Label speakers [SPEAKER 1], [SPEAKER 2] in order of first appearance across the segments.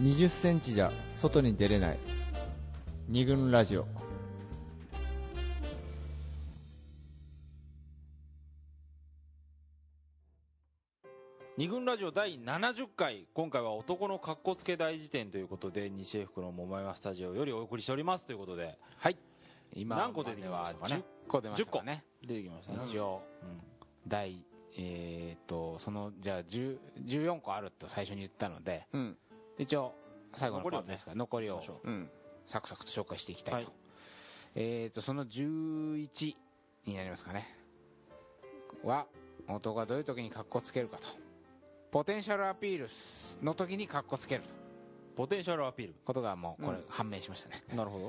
[SPEAKER 1] 2 0センチじゃ外に出れない二軍ラジオ
[SPEAKER 2] 二軍ラジオ第70回今回は男の格好つけ大辞典ということで西江福の桃山スタジオよりお送りしておりますということで
[SPEAKER 3] はい今
[SPEAKER 2] 何個出てきましたかね
[SPEAKER 3] 10個出ましたかね
[SPEAKER 2] 出てきまし
[SPEAKER 3] 一応、第えっとそのじゃあ10 14個あると最初に言ったので
[SPEAKER 4] うん
[SPEAKER 3] 一応最後のパートですから残りを,、
[SPEAKER 4] うん
[SPEAKER 3] サクサクと紹介していきたい
[SPEAKER 2] は
[SPEAKER 3] と、
[SPEAKER 2] い
[SPEAKER 3] えっとその11になりますかねは男がどういう時に格好つけるかとポテンシャルアピールの時に格好つけると
[SPEAKER 2] ポテンシャルアピール
[SPEAKER 3] ことがもうこれ
[SPEAKER 4] うん
[SPEAKER 3] 判明しましたね、
[SPEAKER 2] なるほど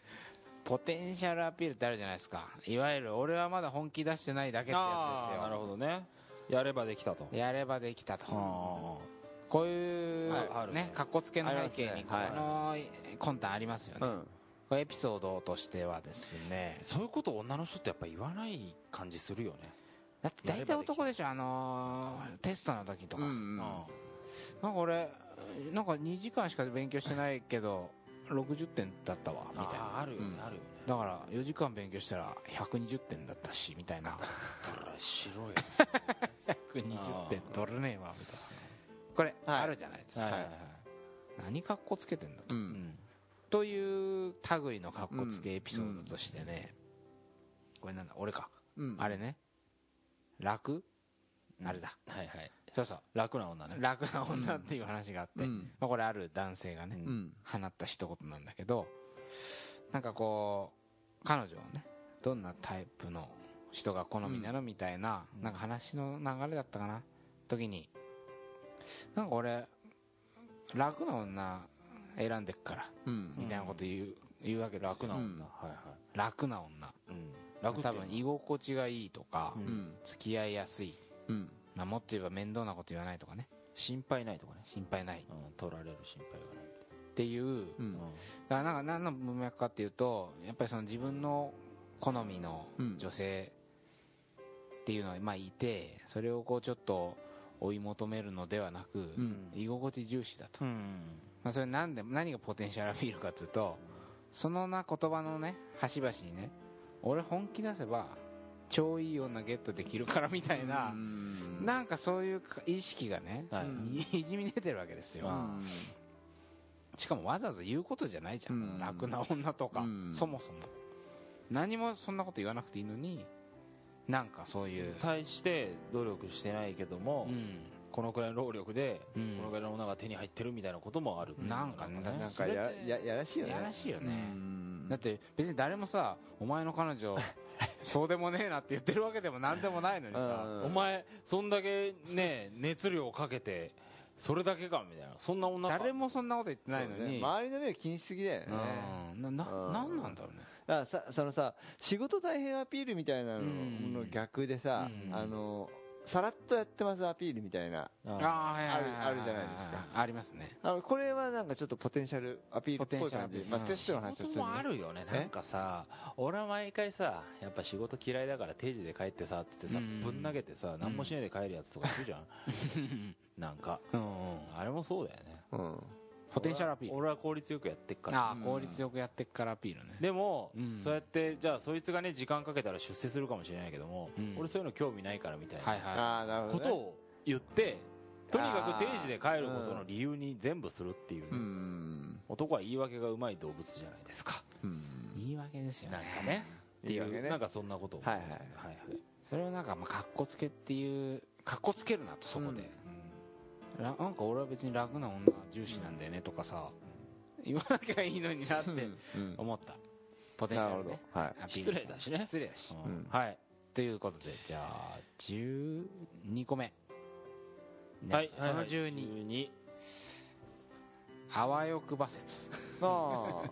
[SPEAKER 3] ポテンシャルアピールってあるじゃないですかいわゆる俺はまだ本気出してないだけってやつ
[SPEAKER 2] あ
[SPEAKER 3] で
[SPEAKER 2] あ
[SPEAKER 3] すよ
[SPEAKER 2] なるほどねやればできたと
[SPEAKER 3] やればできたと
[SPEAKER 2] あ
[SPEAKER 3] こういう
[SPEAKER 2] はいある
[SPEAKER 3] ね
[SPEAKER 2] ね
[SPEAKER 3] かっこつけの背景にこ
[SPEAKER 4] あり
[SPEAKER 3] の魂胆ありますよ
[SPEAKER 4] う
[SPEAKER 3] ね
[SPEAKER 4] ん
[SPEAKER 3] これエピソードとしてはですね
[SPEAKER 2] ーそういうこと女の人ってやっぱ言わない感じするよね
[SPEAKER 3] だって大体男でしょあのーテストの時とか
[SPEAKER 4] う
[SPEAKER 3] なんか
[SPEAKER 4] ん
[SPEAKER 2] あ
[SPEAKER 3] 俺なんか2時間しか勉強してないけど60点だったわみ
[SPEAKER 2] ー
[SPEAKER 3] たいな
[SPEAKER 2] あーあるよ
[SPEAKER 4] う
[SPEAKER 2] ね
[SPEAKER 4] ん
[SPEAKER 2] あるよね
[SPEAKER 3] だから4時間勉強したら120点だったしみたいな
[SPEAKER 2] だから白い点
[SPEAKER 3] 120点取れねえわみたいなこれ
[SPEAKER 4] はい
[SPEAKER 3] あるじゃないです
[SPEAKER 2] は
[SPEAKER 3] か
[SPEAKER 2] いはいはい
[SPEAKER 3] 何格好つけてんだ
[SPEAKER 4] う
[SPEAKER 2] うんん
[SPEAKER 3] という類の格好つけエピソードとしてね、これなんだ俺か、
[SPEAKER 4] うん
[SPEAKER 3] あれね楽、
[SPEAKER 2] うん
[SPEAKER 3] あれだ
[SPEAKER 2] はいはい
[SPEAKER 3] そうそ
[SPEAKER 2] 楽な女
[SPEAKER 3] う
[SPEAKER 2] ね
[SPEAKER 3] 楽な女っていう話があって、
[SPEAKER 4] うん
[SPEAKER 3] まあ、これある男性がね、
[SPEAKER 2] うん
[SPEAKER 4] うん
[SPEAKER 3] 放った一言なんだけどなんかこう彼女をねどんなタイプの人が好みなのみたいな,、なんか話の流れだったかな時になんか俺楽な女選んでっから
[SPEAKER 4] うん
[SPEAKER 3] みたいなこと言う,、言うわけですよ
[SPEAKER 2] 楽な
[SPEAKER 4] うん
[SPEAKER 2] 女はいは
[SPEAKER 3] 楽な女
[SPEAKER 2] いうん楽って
[SPEAKER 3] 多
[SPEAKER 2] いうのは
[SPEAKER 3] 分居心地がいいとか、
[SPEAKER 2] うん
[SPEAKER 4] うん
[SPEAKER 3] 付き合いやすい、
[SPEAKER 4] うん
[SPEAKER 3] まあ、もっと言えば面倒なこと言わないとかね
[SPEAKER 2] 心配ないとかね
[SPEAKER 3] 心配ない
[SPEAKER 2] うん取られる心配がない
[SPEAKER 3] っていう
[SPEAKER 4] う
[SPEAKER 2] うんん
[SPEAKER 3] だからなんか何の文脈かっていうとやっぱりその自分の好みの
[SPEAKER 4] うん
[SPEAKER 3] 女性っていうのがまあいてそれをこうちょっと追い求めるのではなく、
[SPEAKER 4] ん
[SPEAKER 3] 居心地重視だと、
[SPEAKER 2] うん
[SPEAKER 3] まあ、それなんで何がポテンシャルアピールかっつうとそのな言葉のね端々にね俺本気出せば超いい女ゲットできるからみたいな、
[SPEAKER 4] うん
[SPEAKER 3] なんかそういうか意識がね、
[SPEAKER 2] はい
[SPEAKER 3] にじみ出てるわけですよ、
[SPEAKER 2] あ
[SPEAKER 3] しかもわざわざ言うことじゃないじゃん、
[SPEAKER 4] うん
[SPEAKER 3] 楽な女とか、
[SPEAKER 4] うん
[SPEAKER 3] そもそも何もそんなこと言わなくていいのになんかそういう
[SPEAKER 2] 対して努力してないけども
[SPEAKER 3] うん
[SPEAKER 2] このくらいの労力でこ
[SPEAKER 3] うん
[SPEAKER 2] のくらいのものが手に入ってるみたいなこともある
[SPEAKER 3] なんかねだ
[SPEAKER 4] なん
[SPEAKER 3] そ
[SPEAKER 4] か
[SPEAKER 3] れって
[SPEAKER 4] やややらしいよね
[SPEAKER 3] やらしいよね
[SPEAKER 4] うん
[SPEAKER 3] だって別に誰もさお前の 彼女そうでもねえなって言ってるわけでも何でもないのにさ
[SPEAKER 2] お前そんだけね熱量をかけてそれだけかみたいなそんな女か
[SPEAKER 3] 誰もそんなこと言ってないの
[SPEAKER 4] そうね
[SPEAKER 3] に
[SPEAKER 4] 周りの目を気にしすぎだよね
[SPEAKER 3] うんなな
[SPEAKER 4] うん
[SPEAKER 3] なんなんだろうね
[SPEAKER 4] だからさそのさ仕事大変アピールみたいなの
[SPEAKER 3] うん
[SPEAKER 4] の逆でさ
[SPEAKER 3] うん
[SPEAKER 4] あのさらっとやってますアピールみたいな
[SPEAKER 2] あ
[SPEAKER 3] ーはいはいはいはい
[SPEAKER 4] あるあるじゃないですか
[SPEAKER 3] ありますね
[SPEAKER 4] あのこれはなんかちょっとポテンシャルアピールっぽい感
[SPEAKER 3] ポテンシャルア
[SPEAKER 4] じ
[SPEAKER 3] ピール
[SPEAKER 4] まあテストの話
[SPEAKER 2] 仕
[SPEAKER 4] をす
[SPEAKER 2] 事
[SPEAKER 4] る
[SPEAKER 2] もあるよね
[SPEAKER 4] え
[SPEAKER 2] なんかさ俺は毎回さやっぱ仕事嫌いだから定時で帰ってさっつってさ
[SPEAKER 3] うん
[SPEAKER 2] ぶん投げてさ何もしないで帰るやつとかいるじゃん なんか
[SPEAKER 3] うんうん
[SPEAKER 2] あれもそうだよね
[SPEAKER 4] うん
[SPEAKER 3] ポテンシャルアピール
[SPEAKER 2] 俺は効率よくやってっから
[SPEAKER 3] ああ
[SPEAKER 4] うん
[SPEAKER 3] 効率よくやってっからアピールね
[SPEAKER 2] でも、
[SPEAKER 3] うん
[SPEAKER 2] そうやってじゃあそいつがね時間かけたら出世するかもしれないけども、
[SPEAKER 3] うん
[SPEAKER 2] 俺そういうの興味ないからみたい
[SPEAKER 3] はい
[SPEAKER 2] な
[SPEAKER 3] は
[SPEAKER 4] ああなるほ
[SPEAKER 2] こ
[SPEAKER 4] ど
[SPEAKER 2] と
[SPEAKER 4] ね
[SPEAKER 2] を言って、とにか
[SPEAKER 4] あ
[SPEAKER 2] く
[SPEAKER 4] ー
[SPEAKER 2] 定時で帰ることの理由に全部するっていうね、
[SPEAKER 4] うん
[SPEAKER 2] 男は言い訳がうまい動物じゃないですか、
[SPEAKER 4] うん
[SPEAKER 3] い言い訳ですよ
[SPEAKER 2] なん
[SPEAKER 3] ね
[SPEAKER 2] かねって
[SPEAKER 4] 言
[SPEAKER 2] いう
[SPEAKER 4] い訳ね
[SPEAKER 2] なんかそんなことを思
[SPEAKER 4] はい
[SPEAKER 2] ま
[SPEAKER 4] はい
[SPEAKER 2] したねはいはい
[SPEAKER 3] それをなんかまあかっこつけっていうかっこつけるなとそこで、らなんか俺は別に楽な女重視なんだよねとかさ、言わなきゃいいのになって
[SPEAKER 4] うん
[SPEAKER 3] 思った、ポテンシ
[SPEAKER 4] なる
[SPEAKER 3] ャ
[SPEAKER 4] ほ
[SPEAKER 3] ル
[SPEAKER 4] ど
[SPEAKER 3] ね
[SPEAKER 4] はい
[SPEAKER 3] アピール
[SPEAKER 2] 失礼だしね
[SPEAKER 3] 失礼だし、
[SPEAKER 2] うん
[SPEAKER 4] うん
[SPEAKER 2] はい
[SPEAKER 3] ということでじゃあ12個目、ね
[SPEAKER 2] はい
[SPEAKER 3] その12、
[SPEAKER 2] 12
[SPEAKER 3] あわよくば説
[SPEAKER 4] ああ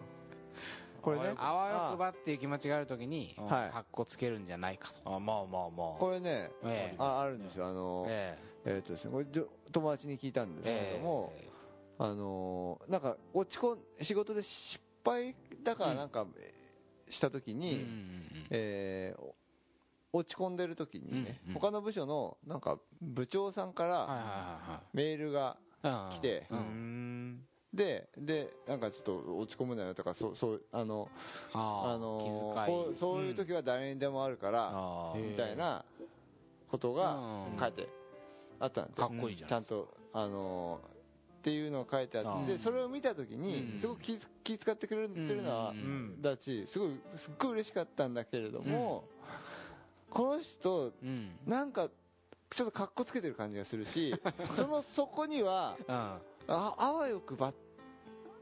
[SPEAKER 4] これね
[SPEAKER 3] あわよくばっていう気持ちがあるときに
[SPEAKER 2] あ
[SPEAKER 4] はい
[SPEAKER 3] かっこつけるんじゃないかと、
[SPEAKER 2] あまあまあまあ
[SPEAKER 4] これね
[SPEAKER 3] ええ
[SPEAKER 4] ああるんですよあの
[SPEAKER 3] え
[SPEAKER 4] えーっとですねこれじょ友達に聞いたんですけ
[SPEAKER 3] え
[SPEAKER 4] ども
[SPEAKER 3] え
[SPEAKER 4] あのーなんか落ち込ん仕事で失敗だからなんかえーした時
[SPEAKER 3] え
[SPEAKER 4] に、
[SPEAKER 3] うんうん
[SPEAKER 4] えーお落ち込んでる時にね、
[SPEAKER 3] うんうん
[SPEAKER 4] 他の部署のなんか部長さんか
[SPEAKER 3] うんはい
[SPEAKER 4] ら
[SPEAKER 3] は
[SPEAKER 4] メールが
[SPEAKER 3] いはいはいうん
[SPEAKER 4] 来て、
[SPEAKER 2] うーん
[SPEAKER 4] ででなんかちょっと落ち込むなよとかそうそうあの
[SPEAKER 3] あ
[SPEAKER 4] あ
[SPEAKER 3] あ
[SPEAKER 4] の
[SPEAKER 3] 気遣い
[SPEAKER 4] こうそういう時は誰にでもあるから、
[SPEAKER 2] ああ
[SPEAKER 3] へえ
[SPEAKER 4] みたいなことが
[SPEAKER 3] うん
[SPEAKER 4] 書いてあったんで
[SPEAKER 3] かっこいいじゃ
[SPEAKER 4] ちゃ
[SPEAKER 3] ない
[SPEAKER 4] んとあのーっていうのを書いてあって
[SPEAKER 3] うん
[SPEAKER 4] でそれを見た時に、
[SPEAKER 3] うん
[SPEAKER 4] すごく気気遣ってくれてるのは、
[SPEAKER 3] うん
[SPEAKER 2] うん
[SPEAKER 4] だちすごいすっごい嬉しかったんだけれども、この人
[SPEAKER 3] うん
[SPEAKER 4] なんかちょっとかっこつけてる感じがする しそのそこには
[SPEAKER 3] うん
[SPEAKER 4] ああわよくば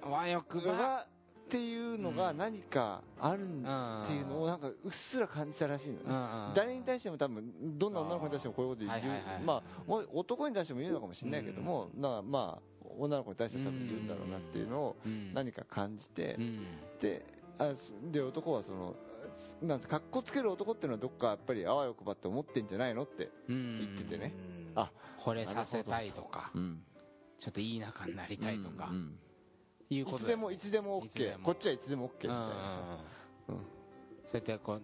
[SPEAKER 3] 和欲が
[SPEAKER 4] がっていうのが何かあるんっていうのをなんかうっすら感じたらしいのね、誰に対しても多分どんな女の子に対してもこういうこと言う、
[SPEAKER 3] あーはいはいはい
[SPEAKER 4] まあもう男に対しても言うのかもしれないけども、なまあ女の子に対して多分言うんだろうなっていうのを
[SPEAKER 3] うん
[SPEAKER 4] 何か感じて、
[SPEAKER 3] うん
[SPEAKER 4] であすで男はそのなんかかっこつける男っていうのはどっかやっぱりあわよくばって思ってんじゃないのって、
[SPEAKER 3] 言
[SPEAKER 4] っててね
[SPEAKER 2] うん
[SPEAKER 4] あ
[SPEAKER 3] 惚れさせたいとか
[SPEAKER 4] うん
[SPEAKER 3] ちょっといい仲になりたいとか
[SPEAKER 4] うん
[SPEAKER 3] いう
[SPEAKER 4] い
[SPEAKER 3] こと
[SPEAKER 4] つ
[SPEAKER 3] だ
[SPEAKER 4] で
[SPEAKER 3] よね
[SPEAKER 4] もいつでも
[SPEAKER 3] いつで
[SPEAKER 4] OK
[SPEAKER 3] も
[SPEAKER 4] こっちはいつでも OK みたい
[SPEAKER 3] うん
[SPEAKER 4] な
[SPEAKER 3] うんうんそうやってこう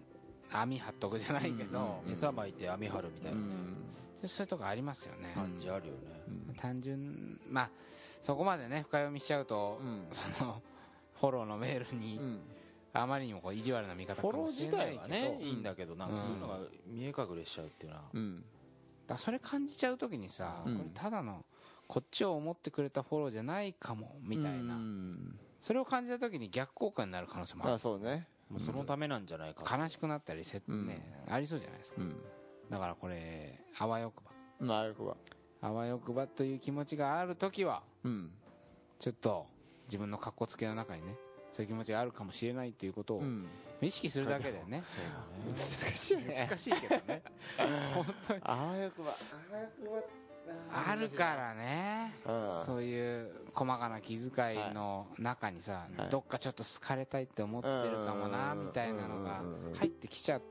[SPEAKER 3] 網張っとくじゃないけど
[SPEAKER 4] うん
[SPEAKER 2] 餌巻いて網張るみたいなね
[SPEAKER 3] そういうとこありますよね
[SPEAKER 2] 感じあるよね
[SPEAKER 3] 単純まあそこまでね深読みしちゃうと
[SPEAKER 4] うん
[SPEAKER 3] そのフォローのメール
[SPEAKER 4] う
[SPEAKER 3] に
[SPEAKER 4] ん
[SPEAKER 3] あまりにもこう意地悪な見方か
[SPEAKER 2] フォロー
[SPEAKER 3] もし
[SPEAKER 2] 自
[SPEAKER 3] れないけ
[SPEAKER 2] 体
[SPEAKER 3] ど
[SPEAKER 2] はねいいんだけどなん
[SPEAKER 3] う
[SPEAKER 2] か
[SPEAKER 3] ん
[SPEAKER 2] そういうのが見え隠れしちゃうっていうのは
[SPEAKER 4] うん
[SPEAKER 3] だからそれ感じちゃう時にさ、
[SPEAKER 4] うん
[SPEAKER 3] これただのこっちを思ってくれたフォローじゃないかもみたいな、
[SPEAKER 4] うん
[SPEAKER 3] それを感じた時に逆効果になる可能性もあ
[SPEAKER 4] あ
[SPEAKER 3] る
[SPEAKER 4] そうね
[SPEAKER 2] もうそのためなんじゃないかと
[SPEAKER 3] 悲しくなったりせ、
[SPEAKER 4] うん
[SPEAKER 3] ね、ありそうじゃないですか
[SPEAKER 4] うん
[SPEAKER 3] だからこれあわよくば
[SPEAKER 4] まああわよくば
[SPEAKER 3] あわよくばという気持ちがある時は
[SPEAKER 4] うん
[SPEAKER 3] ちょっと自分の格好つけの中にねそういう気持ちがあるかもしれないっていうことを
[SPEAKER 4] うん
[SPEAKER 3] 意識するだけでね、
[SPEAKER 4] 難しいよね
[SPEAKER 3] 難しいけどね
[SPEAKER 4] あわよ くば
[SPEAKER 3] あるからね
[SPEAKER 4] うん
[SPEAKER 3] そういう細かな気遣いの中にさ、
[SPEAKER 4] はい
[SPEAKER 3] どっかちょっと好かれたいって思ってるかもな
[SPEAKER 4] うん
[SPEAKER 3] みたいなのが
[SPEAKER 4] うん
[SPEAKER 3] 入ってきちゃっ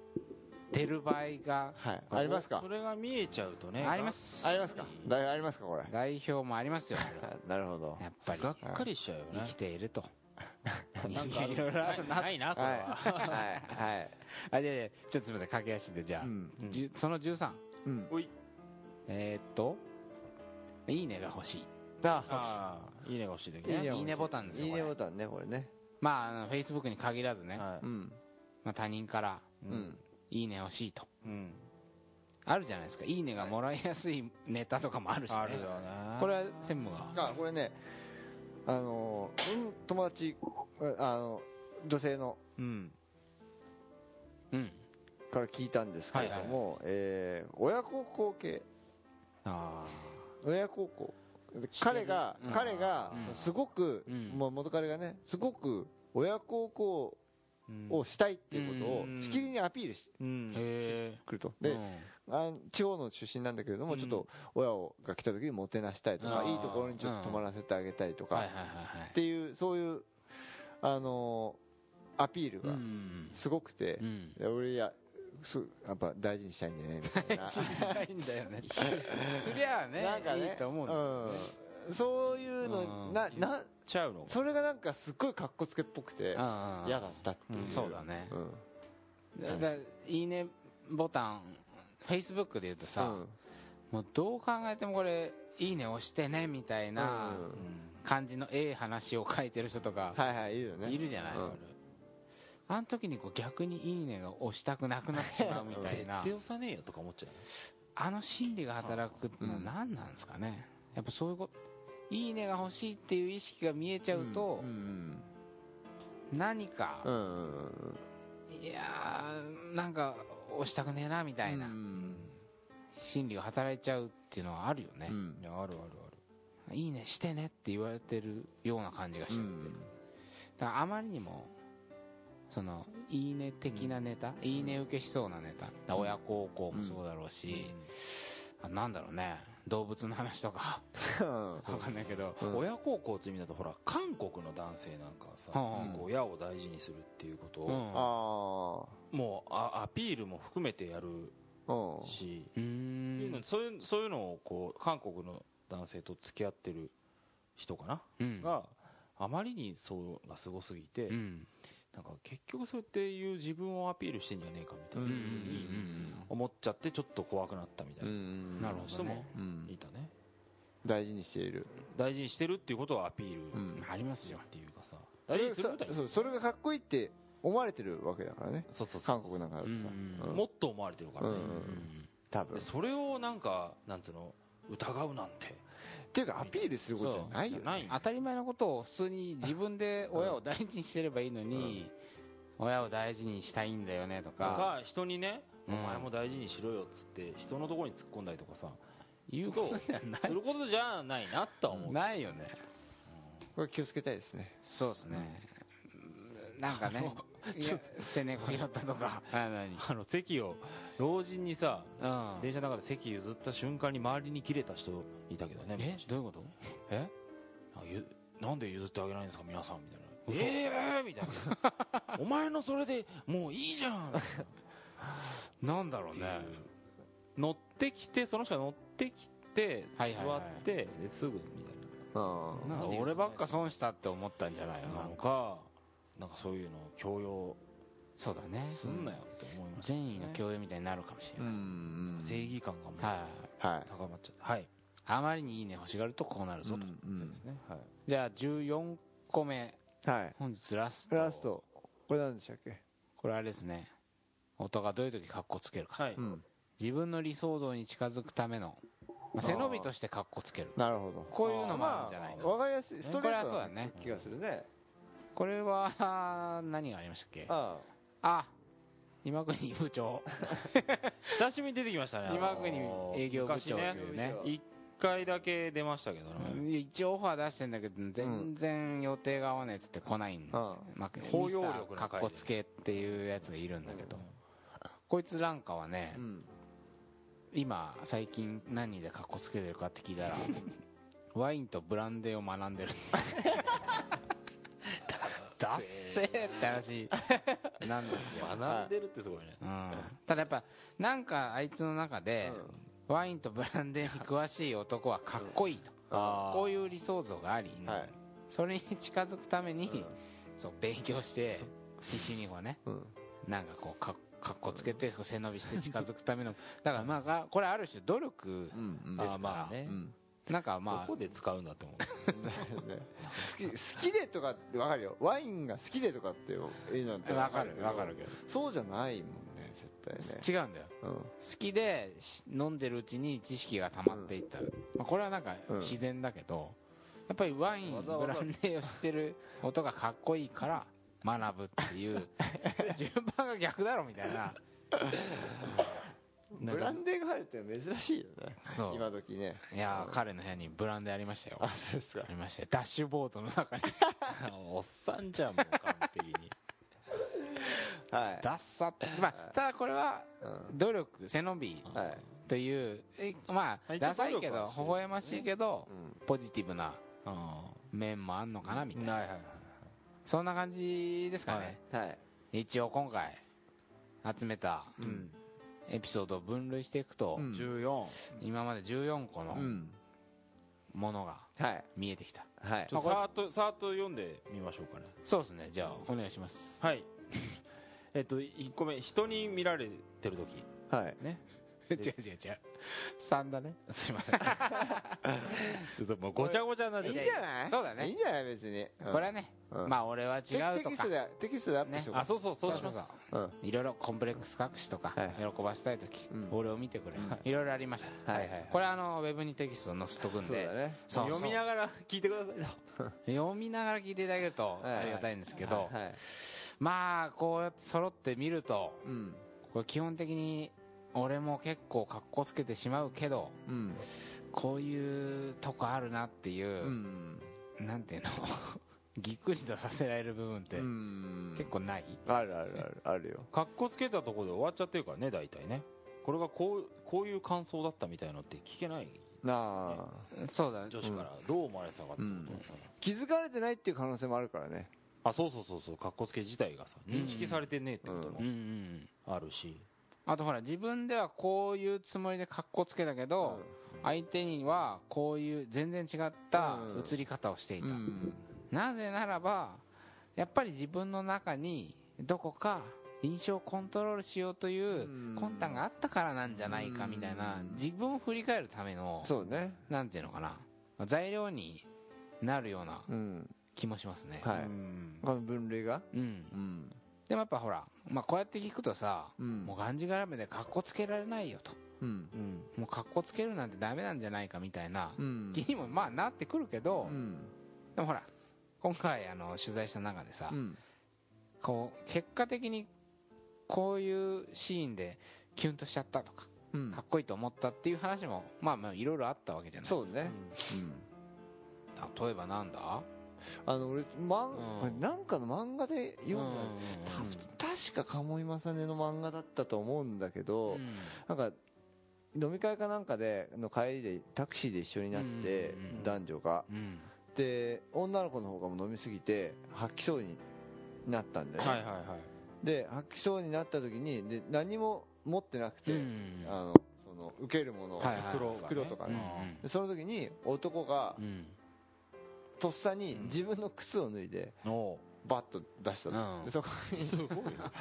[SPEAKER 3] てる場合が
[SPEAKER 4] はいありますか
[SPEAKER 2] それが見えちゃうとね
[SPEAKER 3] あります
[SPEAKER 4] ありますかだいありますかこれ
[SPEAKER 3] 代表もありますよそれは
[SPEAKER 4] あ なるほど
[SPEAKER 3] やっぱり
[SPEAKER 2] がっかりしちゃうよ
[SPEAKER 3] 生
[SPEAKER 2] ね
[SPEAKER 3] きていると
[SPEAKER 2] なんかある
[SPEAKER 3] いろいろある
[SPEAKER 2] ないないなこれ
[SPEAKER 4] はい
[SPEAKER 2] は
[SPEAKER 4] はいはい
[SPEAKER 3] あいやいやちょっとすみません駆け足でじゃあ、
[SPEAKER 4] うん
[SPEAKER 3] じゅその13
[SPEAKER 4] うん
[SPEAKER 2] おい
[SPEAKER 3] えーっと「いいね」が欲しい
[SPEAKER 2] ああいいねが欲しい時
[SPEAKER 3] いい
[SPEAKER 2] ね
[SPEAKER 3] ねボタンですよ
[SPEAKER 4] いいね
[SPEAKER 3] これ
[SPEAKER 4] ボタンねこれね
[SPEAKER 3] まああのフェイスブックに限らずね、
[SPEAKER 2] は
[SPEAKER 4] うん
[SPEAKER 3] まあ、他人から
[SPEAKER 2] い
[SPEAKER 4] うん
[SPEAKER 3] 「いいね」欲しいと
[SPEAKER 2] うんうん
[SPEAKER 3] あるじゃないですか「いいね」がもらいやすいネタとかもあるしね
[SPEAKER 2] あるよね
[SPEAKER 3] これは専務が
[SPEAKER 4] あこれねあのうん友達あの女性の
[SPEAKER 2] うん
[SPEAKER 3] うん
[SPEAKER 4] から聞いたんですけれどもえー親孝行系
[SPEAKER 2] あ
[SPEAKER 4] 親孝行彼が、
[SPEAKER 3] うん
[SPEAKER 4] 彼が
[SPEAKER 3] うん
[SPEAKER 4] すごく、
[SPEAKER 3] うん
[SPEAKER 4] もう元彼がねすごく親孝行
[SPEAKER 2] あうん
[SPEAKER 4] をしたいっていうことを
[SPEAKER 2] うん
[SPEAKER 4] しきりにアピールして
[SPEAKER 2] うん
[SPEAKER 3] へ
[SPEAKER 4] くるとで、
[SPEAKER 3] うん
[SPEAKER 4] あの地方の出身なんだけれども、
[SPEAKER 2] うん
[SPEAKER 4] ちょっと親をが来た時にもてなしたいとか
[SPEAKER 3] あー
[SPEAKER 4] いいところにちょっと泊まらせてあげたいとか、
[SPEAKER 3] はいはいは
[SPEAKER 4] っ
[SPEAKER 3] い
[SPEAKER 4] ていうそういう、あのーアピール
[SPEAKER 3] はい
[SPEAKER 4] が
[SPEAKER 3] ん
[SPEAKER 4] すごくて
[SPEAKER 3] う、ん
[SPEAKER 4] いや俺いやすやっぱ大事にしたいんだねみたいな
[SPEAKER 3] したいんだよねすりゃあね
[SPEAKER 4] なんかね
[SPEAKER 3] いいと思うんですよね
[SPEAKER 4] うんそういうの
[SPEAKER 3] うん
[SPEAKER 4] なな
[SPEAKER 2] ちゃうの
[SPEAKER 4] それがなんかすっごい格好つけっぽくて
[SPEAKER 3] ああ
[SPEAKER 4] 嫌だったっていう、
[SPEAKER 3] うんそうだね
[SPEAKER 4] うん
[SPEAKER 3] だだいいねボタンフェイスブックで言うとさ、
[SPEAKER 4] うん
[SPEAKER 3] もうどう考えてもこれいいね押してねみたいな
[SPEAKER 4] うん
[SPEAKER 2] うん
[SPEAKER 3] 感じのええ話を書いてる人とか
[SPEAKER 4] はいはいいるよね
[SPEAKER 3] いるじゃない、
[SPEAKER 4] うん
[SPEAKER 3] あの時にこう逆に「いいね」が押したくなくなってしまうみたい
[SPEAKER 2] 絶
[SPEAKER 3] な
[SPEAKER 2] 対押さねえよとか思っちゃう
[SPEAKER 3] あの心理が働くのは
[SPEAKER 4] うん
[SPEAKER 3] 何なんですかねやっぱそういうこと「いいね」が欲しいっていう意識が見えちゃうと
[SPEAKER 4] うん
[SPEAKER 3] 何か、
[SPEAKER 4] うんうん
[SPEAKER 3] いやーなんか押したくねえなみたいな
[SPEAKER 4] うん
[SPEAKER 3] 心理が働いちゃうっていうのはあるよね
[SPEAKER 4] う、ん
[SPEAKER 2] いやあるあるある
[SPEAKER 3] いいねしてねって言われてるような感じがしちゃって、
[SPEAKER 4] うん
[SPEAKER 3] だからあまりにもそのいいね的なネタ、いいね受けしそうなネタだから親孝行もそうだろうし、あなんだろうね動物の話とかわかんないけど
[SPEAKER 4] うん
[SPEAKER 2] 親孝行って意味だとほら韓国の男性なんかはさ、
[SPEAKER 3] うん
[SPEAKER 2] 結構親を大事にするっていうこと
[SPEAKER 3] う
[SPEAKER 2] を、
[SPEAKER 3] ん
[SPEAKER 4] あ
[SPEAKER 2] もうあアピールも含めてやる
[SPEAKER 4] あうん
[SPEAKER 2] し、
[SPEAKER 3] うー
[SPEAKER 2] っていうの
[SPEAKER 3] ん
[SPEAKER 2] そういうそういうのをこう韓国の男性と付き合ってる人かな、
[SPEAKER 3] うん
[SPEAKER 2] があまりにそうがすごすぎて、
[SPEAKER 3] うん
[SPEAKER 2] なんか結局そうやっていう自分をアピールしてんじゃねえかみたいな、
[SPEAKER 4] うん
[SPEAKER 2] 思っちゃってちょっと怖くなったみたいな、
[SPEAKER 4] ん
[SPEAKER 3] なるほど
[SPEAKER 2] 人も
[SPEAKER 3] ね
[SPEAKER 4] うん
[SPEAKER 2] いたね、
[SPEAKER 4] 大事にしている
[SPEAKER 2] 大事にしてるっていうことをアピール
[SPEAKER 4] うん
[SPEAKER 3] ありますよ
[SPEAKER 2] っていうかさ
[SPEAKER 4] そ
[SPEAKER 2] 大事
[SPEAKER 4] れ
[SPEAKER 2] にすることは
[SPEAKER 4] そそうそれがかっこいいって思われてるわけだからね
[SPEAKER 2] そうそうそう
[SPEAKER 4] 韓国なんかだとさ、
[SPEAKER 3] うん
[SPEAKER 2] もっと思われてるからね、
[SPEAKER 4] うん
[SPEAKER 3] うん
[SPEAKER 4] 多分
[SPEAKER 2] でそれをなんかなんつうの疑うなんて
[SPEAKER 4] っていうかアピールすることじゃないよ、
[SPEAKER 2] じ
[SPEAKER 4] ね、
[SPEAKER 2] ゃないんだ
[SPEAKER 3] 当たり前のことを普通に自分で親を大事にしてればいいのに、親を大事にしたいんだよねと
[SPEAKER 2] と
[SPEAKER 3] か
[SPEAKER 2] か人にね、
[SPEAKER 3] うん
[SPEAKER 2] お前も大事にしろよっつって人のところに突っ込んだりとかさ
[SPEAKER 3] 言うことではな
[SPEAKER 2] することじゃないなとは思う
[SPEAKER 3] いないよね
[SPEAKER 4] これ気をつけたいですね
[SPEAKER 3] そうですね、なんかねいや捨て猫拾ったとかあ何
[SPEAKER 2] あの席を老人にさ
[SPEAKER 3] うん
[SPEAKER 2] 電車の中で席譲った瞬間に周りに切れた人いたけどね
[SPEAKER 3] え
[SPEAKER 2] 昔
[SPEAKER 3] どういうこと
[SPEAKER 2] えなんかゆなんで譲ってあげないんですか皆さんみたいなええー、みたい なお前のそれでもういいじゃんっ
[SPEAKER 3] なんだろ
[SPEAKER 2] ていう乗ってきてその人が乗ってきて座
[SPEAKER 3] はいはいはい
[SPEAKER 2] って、ですぐみ
[SPEAKER 4] うん
[SPEAKER 3] なんか俺ばっか損したって思ったんじゃない
[SPEAKER 2] た
[SPEAKER 3] の
[SPEAKER 2] いな
[SPEAKER 3] な
[SPEAKER 2] なんの
[SPEAKER 3] か
[SPEAKER 2] かなんかそういうのを強要
[SPEAKER 3] そうだね
[SPEAKER 2] すんなよって思いました、
[SPEAKER 3] 善意の共有みたいになるかもしれ
[SPEAKER 4] う
[SPEAKER 3] ない、
[SPEAKER 4] ん
[SPEAKER 2] 正義感がもう
[SPEAKER 3] はい、
[SPEAKER 4] は
[SPEAKER 2] 高まっちゃってはい
[SPEAKER 3] あまりにいいね欲しがるとこうなる
[SPEAKER 4] い
[SPEAKER 3] ぞと、
[SPEAKER 4] うん
[SPEAKER 2] そうですねはい
[SPEAKER 3] じゃあ14個目
[SPEAKER 4] はい
[SPEAKER 3] 本日ラスト
[SPEAKER 4] ラストこれなんでしたっけ
[SPEAKER 3] これあれですね音がどういう時かっこつけるか
[SPEAKER 2] はい、
[SPEAKER 4] うん
[SPEAKER 3] 自分の理想像に近づくための、まあ、背伸びとしてかっこつける
[SPEAKER 4] なるほど
[SPEAKER 3] こういうのもあるんじゃない
[SPEAKER 4] わ
[SPEAKER 3] の
[SPEAKER 4] かりやすいストレート
[SPEAKER 3] これはそうだ
[SPEAKER 4] な
[SPEAKER 3] ね
[SPEAKER 4] 気がするね
[SPEAKER 3] これは何がありましたっけあ
[SPEAKER 4] あ
[SPEAKER 3] 今国部長
[SPEAKER 2] 親しみ出てきましたね
[SPEAKER 3] 今国営業部
[SPEAKER 2] 昔
[SPEAKER 3] 長という
[SPEAKER 4] 昔
[SPEAKER 3] ね
[SPEAKER 4] ね
[SPEAKER 2] 一回だけ出ましたけどね、
[SPEAKER 3] うん一応オファー出してんだけど全然予定が合わないっつって来ないんだ、
[SPEAKER 4] あ
[SPEAKER 3] まあ、
[SPEAKER 2] 包容力の回で
[SPEAKER 3] ミスターかっこつけっていうやつがいるんだけど、こいつなんかはね、
[SPEAKER 4] うん
[SPEAKER 3] 今最近何でかっこつけてるかって聞いたらワインとブランデーを学んでるだっせーって話なんですよ、
[SPEAKER 2] 学んでるってすごいね、
[SPEAKER 3] うん、ただやっぱなんかあいつの中で、ワインとブランデーに詳しい男はかっこいいと、
[SPEAKER 4] あ
[SPEAKER 3] こういう理想像があり、
[SPEAKER 4] はい
[SPEAKER 3] それに近づくために、そう勉強して必死にこうね
[SPEAKER 4] うん
[SPEAKER 3] なんかこうかかっこつけてこう背伸びして近づくためのだからまあがこれある種努力
[SPEAKER 4] うんうん
[SPEAKER 3] ですから
[SPEAKER 2] まあね、
[SPEAKER 4] うん
[SPEAKER 3] なんかまあ
[SPEAKER 2] どこで使うんだって思う
[SPEAKER 4] ね好き好きでとかってわかるよワインが好きでとかっていうのって
[SPEAKER 3] わかるわかる
[SPEAKER 4] け
[SPEAKER 3] けど
[SPEAKER 4] どそうじゃないもんね絶対ね
[SPEAKER 3] 違うんだよ
[SPEAKER 4] うん
[SPEAKER 3] 好きでし飲んでるうちに知識が溜まっていった、まあ、これはなんか
[SPEAKER 4] うん
[SPEAKER 3] 自然だけど、やっぱりワイン
[SPEAKER 2] わざわざ
[SPEAKER 3] ブランデーを知ってる音がかっこいいから学ぶっていう 順番が逆だろみたいな
[SPEAKER 2] なん
[SPEAKER 4] ブ
[SPEAKER 2] か
[SPEAKER 4] ランデーが入るって珍しいよね
[SPEAKER 3] そう
[SPEAKER 4] 今時ね
[SPEAKER 3] いやー彼の部屋にブランデーありましたよ
[SPEAKER 4] あそうですか
[SPEAKER 3] ありましたよダッシュボードの中に
[SPEAKER 2] おっさんじゃんもう完璧に
[SPEAKER 4] はい
[SPEAKER 3] ダッサってまあただこれは努力背伸び
[SPEAKER 4] うんはい
[SPEAKER 3] というえまあ
[SPEAKER 2] 一応
[SPEAKER 3] ダサい
[SPEAKER 2] 努
[SPEAKER 3] け
[SPEAKER 2] 力は
[SPEAKER 3] ど
[SPEAKER 2] して
[SPEAKER 3] 微
[SPEAKER 2] る
[SPEAKER 3] 笑ましいけど
[SPEAKER 4] う
[SPEAKER 3] ポジティブな
[SPEAKER 2] あ
[SPEAKER 3] 面もあんのかなみたい
[SPEAKER 2] あ
[SPEAKER 3] な
[SPEAKER 2] はいはいはい
[SPEAKER 3] そんな感じですか
[SPEAKER 2] は
[SPEAKER 3] ね
[SPEAKER 2] い
[SPEAKER 4] んはい
[SPEAKER 3] 一応今回集めた
[SPEAKER 4] うん
[SPEAKER 3] エピソードを分類していくと
[SPEAKER 4] うん
[SPEAKER 2] 14
[SPEAKER 3] 今まで14個の
[SPEAKER 4] うん
[SPEAKER 3] ものが
[SPEAKER 4] はい
[SPEAKER 3] 見えてきた
[SPEAKER 4] はい
[SPEAKER 2] ちょっとさーっとさーっと読んでみましょうかね
[SPEAKER 3] そうですねじゃあお願いします
[SPEAKER 2] はい えっと1個目人に見られてる時
[SPEAKER 4] はい
[SPEAKER 2] ね
[SPEAKER 3] 違 う違う違う3だね
[SPEAKER 2] すいま せんちょっともうごちゃごちゃになっち
[SPEAKER 4] い
[SPEAKER 2] ゃ
[SPEAKER 4] い
[SPEAKER 2] っ
[SPEAKER 4] ん
[SPEAKER 2] た
[SPEAKER 4] じゃない
[SPEAKER 3] そうだね
[SPEAKER 4] いいんじゃない別に
[SPEAKER 3] これはね
[SPEAKER 4] うん
[SPEAKER 3] まあ俺は違
[SPEAKER 4] テ
[SPEAKER 3] う
[SPEAKER 4] テ
[SPEAKER 3] と
[SPEAKER 4] キス
[SPEAKER 3] か
[SPEAKER 4] トでテキストでアップしよう
[SPEAKER 2] あ
[SPEAKER 4] か
[SPEAKER 2] そうそうそうし
[SPEAKER 3] そ
[SPEAKER 2] ま
[SPEAKER 3] う
[SPEAKER 2] す
[SPEAKER 3] そう
[SPEAKER 4] うん
[SPEAKER 3] いろいろコンプレックス隠しとか
[SPEAKER 4] はい
[SPEAKER 3] 喜ばしたい時
[SPEAKER 4] うん
[SPEAKER 3] 俺を見てくれいろいろありました
[SPEAKER 4] はいはい
[SPEAKER 3] これあのウェブにテキスト載せとくん
[SPEAKER 4] そうだ
[SPEAKER 3] で
[SPEAKER 4] ね
[SPEAKER 3] そうそう
[SPEAKER 2] 読みながら聞いてくださいよ
[SPEAKER 3] 読みながら聞いていただけると
[SPEAKER 4] いはい
[SPEAKER 3] ありがたいんですけど
[SPEAKER 4] はい
[SPEAKER 3] まあこうやって揃ってみると
[SPEAKER 4] うん
[SPEAKER 3] これ基本的に俺も結構かっこつけてしまうけど
[SPEAKER 4] うん
[SPEAKER 3] こういうとこあるなっていうう、
[SPEAKER 4] ん
[SPEAKER 3] なんていうの ぎっくりとさせられる部分って
[SPEAKER 4] うん
[SPEAKER 3] 結構ない、
[SPEAKER 4] あるあるあるあるよ
[SPEAKER 2] かっこつけたところで終わっちゃってるからね大体ねこれがこうこういう感想だったみたいのって聞けない
[SPEAKER 4] なあ
[SPEAKER 3] そうだね
[SPEAKER 2] 女子からどう思われてたかってことはさ、
[SPEAKER 4] 気づかれてないっていう可能性もあるからね
[SPEAKER 2] あそうそうそうそうかっこつけ自体がさ認識されてねえってこと
[SPEAKER 3] うんう
[SPEAKER 2] も
[SPEAKER 3] ん
[SPEAKER 2] あるし、
[SPEAKER 3] あとほら自分ではこういうつもりでかっこつけたけど、相手にはこういう全然違った
[SPEAKER 4] うん
[SPEAKER 3] 映り方をしていた、なぜならばやっぱり自分の中にどこか印象をコントロールしようという
[SPEAKER 4] うん
[SPEAKER 3] 魂胆があったからなんじゃないかみたいな
[SPEAKER 4] うん
[SPEAKER 3] 自分を振り返るための
[SPEAKER 4] そうね
[SPEAKER 3] なんていうのかな材料になるような
[SPEAKER 4] うん
[SPEAKER 3] 気もしますね、
[SPEAKER 4] はい
[SPEAKER 2] うん
[SPEAKER 4] この分類が
[SPEAKER 3] うん、
[SPEAKER 4] うん
[SPEAKER 3] でもやっぱほら、まあ、こうやって聞くとさ、
[SPEAKER 4] うん
[SPEAKER 3] もうがんじがらめでかっこつけられないよと
[SPEAKER 4] うん
[SPEAKER 2] うん
[SPEAKER 3] もうかっこつけるなんてダメなんじゃないかみたいな
[SPEAKER 4] うん
[SPEAKER 3] 気にもまあなってくるけど、
[SPEAKER 4] うん
[SPEAKER 3] でもほら今回あの取材した中でさ、
[SPEAKER 4] うん
[SPEAKER 3] こう結果的にこういうシーンでキュンとしちゃったとか
[SPEAKER 4] うん
[SPEAKER 3] かっこいいと思ったっていう話もまあまあいろいろあったわけじゃない
[SPEAKER 4] そうですねうん
[SPEAKER 3] 例えばなんだ
[SPEAKER 4] あの俺漫
[SPEAKER 3] うん
[SPEAKER 4] これなんかの漫画で読んだ
[SPEAKER 3] う
[SPEAKER 4] 多
[SPEAKER 3] ん
[SPEAKER 4] 分確か鴨井正音の漫画だったと思うんだけど、
[SPEAKER 3] うん
[SPEAKER 4] なんか飲み会かなんかでの帰りでタクシーで一緒になって、
[SPEAKER 3] うんうんうん
[SPEAKER 4] 男女が
[SPEAKER 3] うん
[SPEAKER 4] で女の子の方がもう飲みすぎて吐きそうになったんだよね、
[SPEAKER 2] はいはいはい
[SPEAKER 4] で吐きそうになった時にで何も持ってなくて、
[SPEAKER 3] うん
[SPEAKER 4] あのその受けるもの、
[SPEAKER 3] はいはい
[SPEAKER 2] 袋がね
[SPEAKER 4] 袋とか
[SPEAKER 3] うん
[SPEAKER 4] ね、でその時に男が
[SPEAKER 3] うん
[SPEAKER 4] とっさに
[SPEAKER 2] うん
[SPEAKER 4] 自分の靴を脱いで
[SPEAKER 2] お
[SPEAKER 4] バッと出したの、
[SPEAKER 3] うん
[SPEAKER 4] でそこ
[SPEAKER 2] う
[SPEAKER 4] に
[SPEAKER 2] すごい
[SPEAKER 4] ま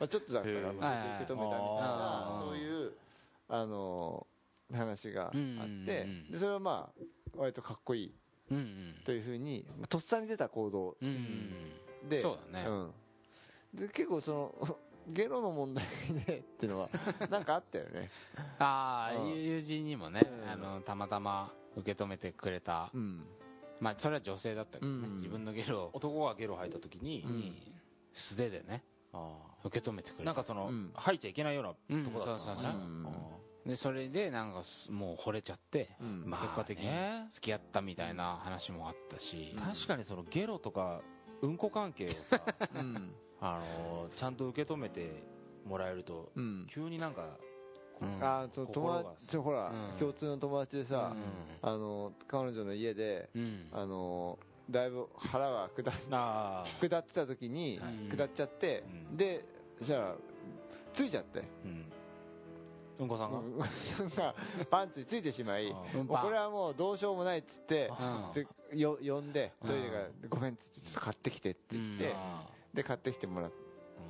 [SPEAKER 4] あ、ちょっとだったから、
[SPEAKER 2] へ
[SPEAKER 4] まあ、そ
[SPEAKER 2] ー
[SPEAKER 4] れで受け止めたみたいな
[SPEAKER 3] はいはいはい
[SPEAKER 4] そういう、あのー話があって、
[SPEAKER 3] うんうんうん
[SPEAKER 4] でそれはまあ割とかっこいい
[SPEAKER 3] うんうん
[SPEAKER 4] というふうにまあとっさに出た行動
[SPEAKER 3] うん
[SPEAKER 4] で
[SPEAKER 3] そうだね
[SPEAKER 4] んで結構その ゲロの問題でっていうのは なんかあったよね
[SPEAKER 3] ああ
[SPEAKER 4] うん
[SPEAKER 3] 友人にもね
[SPEAKER 4] うん
[SPEAKER 3] あのたまたま受け止めてくれた
[SPEAKER 4] うん
[SPEAKER 3] まあそれは女性だったけどね
[SPEAKER 4] うん
[SPEAKER 3] 自分のゲロを
[SPEAKER 2] 男がゲロ吐いた時に、
[SPEAKER 4] うん
[SPEAKER 3] 素手でね
[SPEAKER 2] あ
[SPEAKER 3] 受け止めてく
[SPEAKER 2] あ
[SPEAKER 3] れ
[SPEAKER 2] なん
[SPEAKER 3] た
[SPEAKER 2] かその、
[SPEAKER 4] うん
[SPEAKER 2] 吐いちゃいけないようなとこだったの
[SPEAKER 3] う
[SPEAKER 2] か
[SPEAKER 3] んそう
[SPEAKER 2] な
[SPEAKER 3] そうそうでそれでなんかすもう惚れちゃって
[SPEAKER 4] うん
[SPEAKER 3] 結
[SPEAKER 2] まあ
[SPEAKER 3] 果的に
[SPEAKER 2] ね
[SPEAKER 3] 付き合ったみたいな話もあったし
[SPEAKER 2] あー確かにそのゲロとかうんこ関係を さ
[SPEAKER 4] うん
[SPEAKER 2] あのーちゃんと受け止めてもらえると
[SPEAKER 4] うん
[SPEAKER 2] 急になんか
[SPEAKER 3] うん
[SPEAKER 4] あーそう友
[SPEAKER 2] 心が
[SPEAKER 4] 達ちょほら、
[SPEAKER 3] うん
[SPEAKER 4] 共通の友達でさ、
[SPEAKER 3] う
[SPEAKER 4] あの彼女の家で、
[SPEAKER 3] んうん
[SPEAKER 4] あのだいぶ腹が下っ
[SPEAKER 2] ああ、
[SPEAKER 4] 下ってた時に、
[SPEAKER 3] はい
[SPEAKER 4] 下っちゃって、
[SPEAKER 2] うん
[SPEAKER 4] でそしたらついちゃって
[SPEAKER 2] うん、うんこさんが、
[SPEAKER 4] うんそん なパンツについてしまい
[SPEAKER 2] あ
[SPEAKER 4] も
[SPEAKER 2] ー
[SPEAKER 4] うこれはもうどうしようもないっつって
[SPEAKER 3] あ
[SPEAKER 4] でよ呼んで
[SPEAKER 3] うん
[SPEAKER 4] トイレが「ごめん」っつって「ちょっと買ってきて」って言って
[SPEAKER 3] あ
[SPEAKER 4] で買ってきてもらっ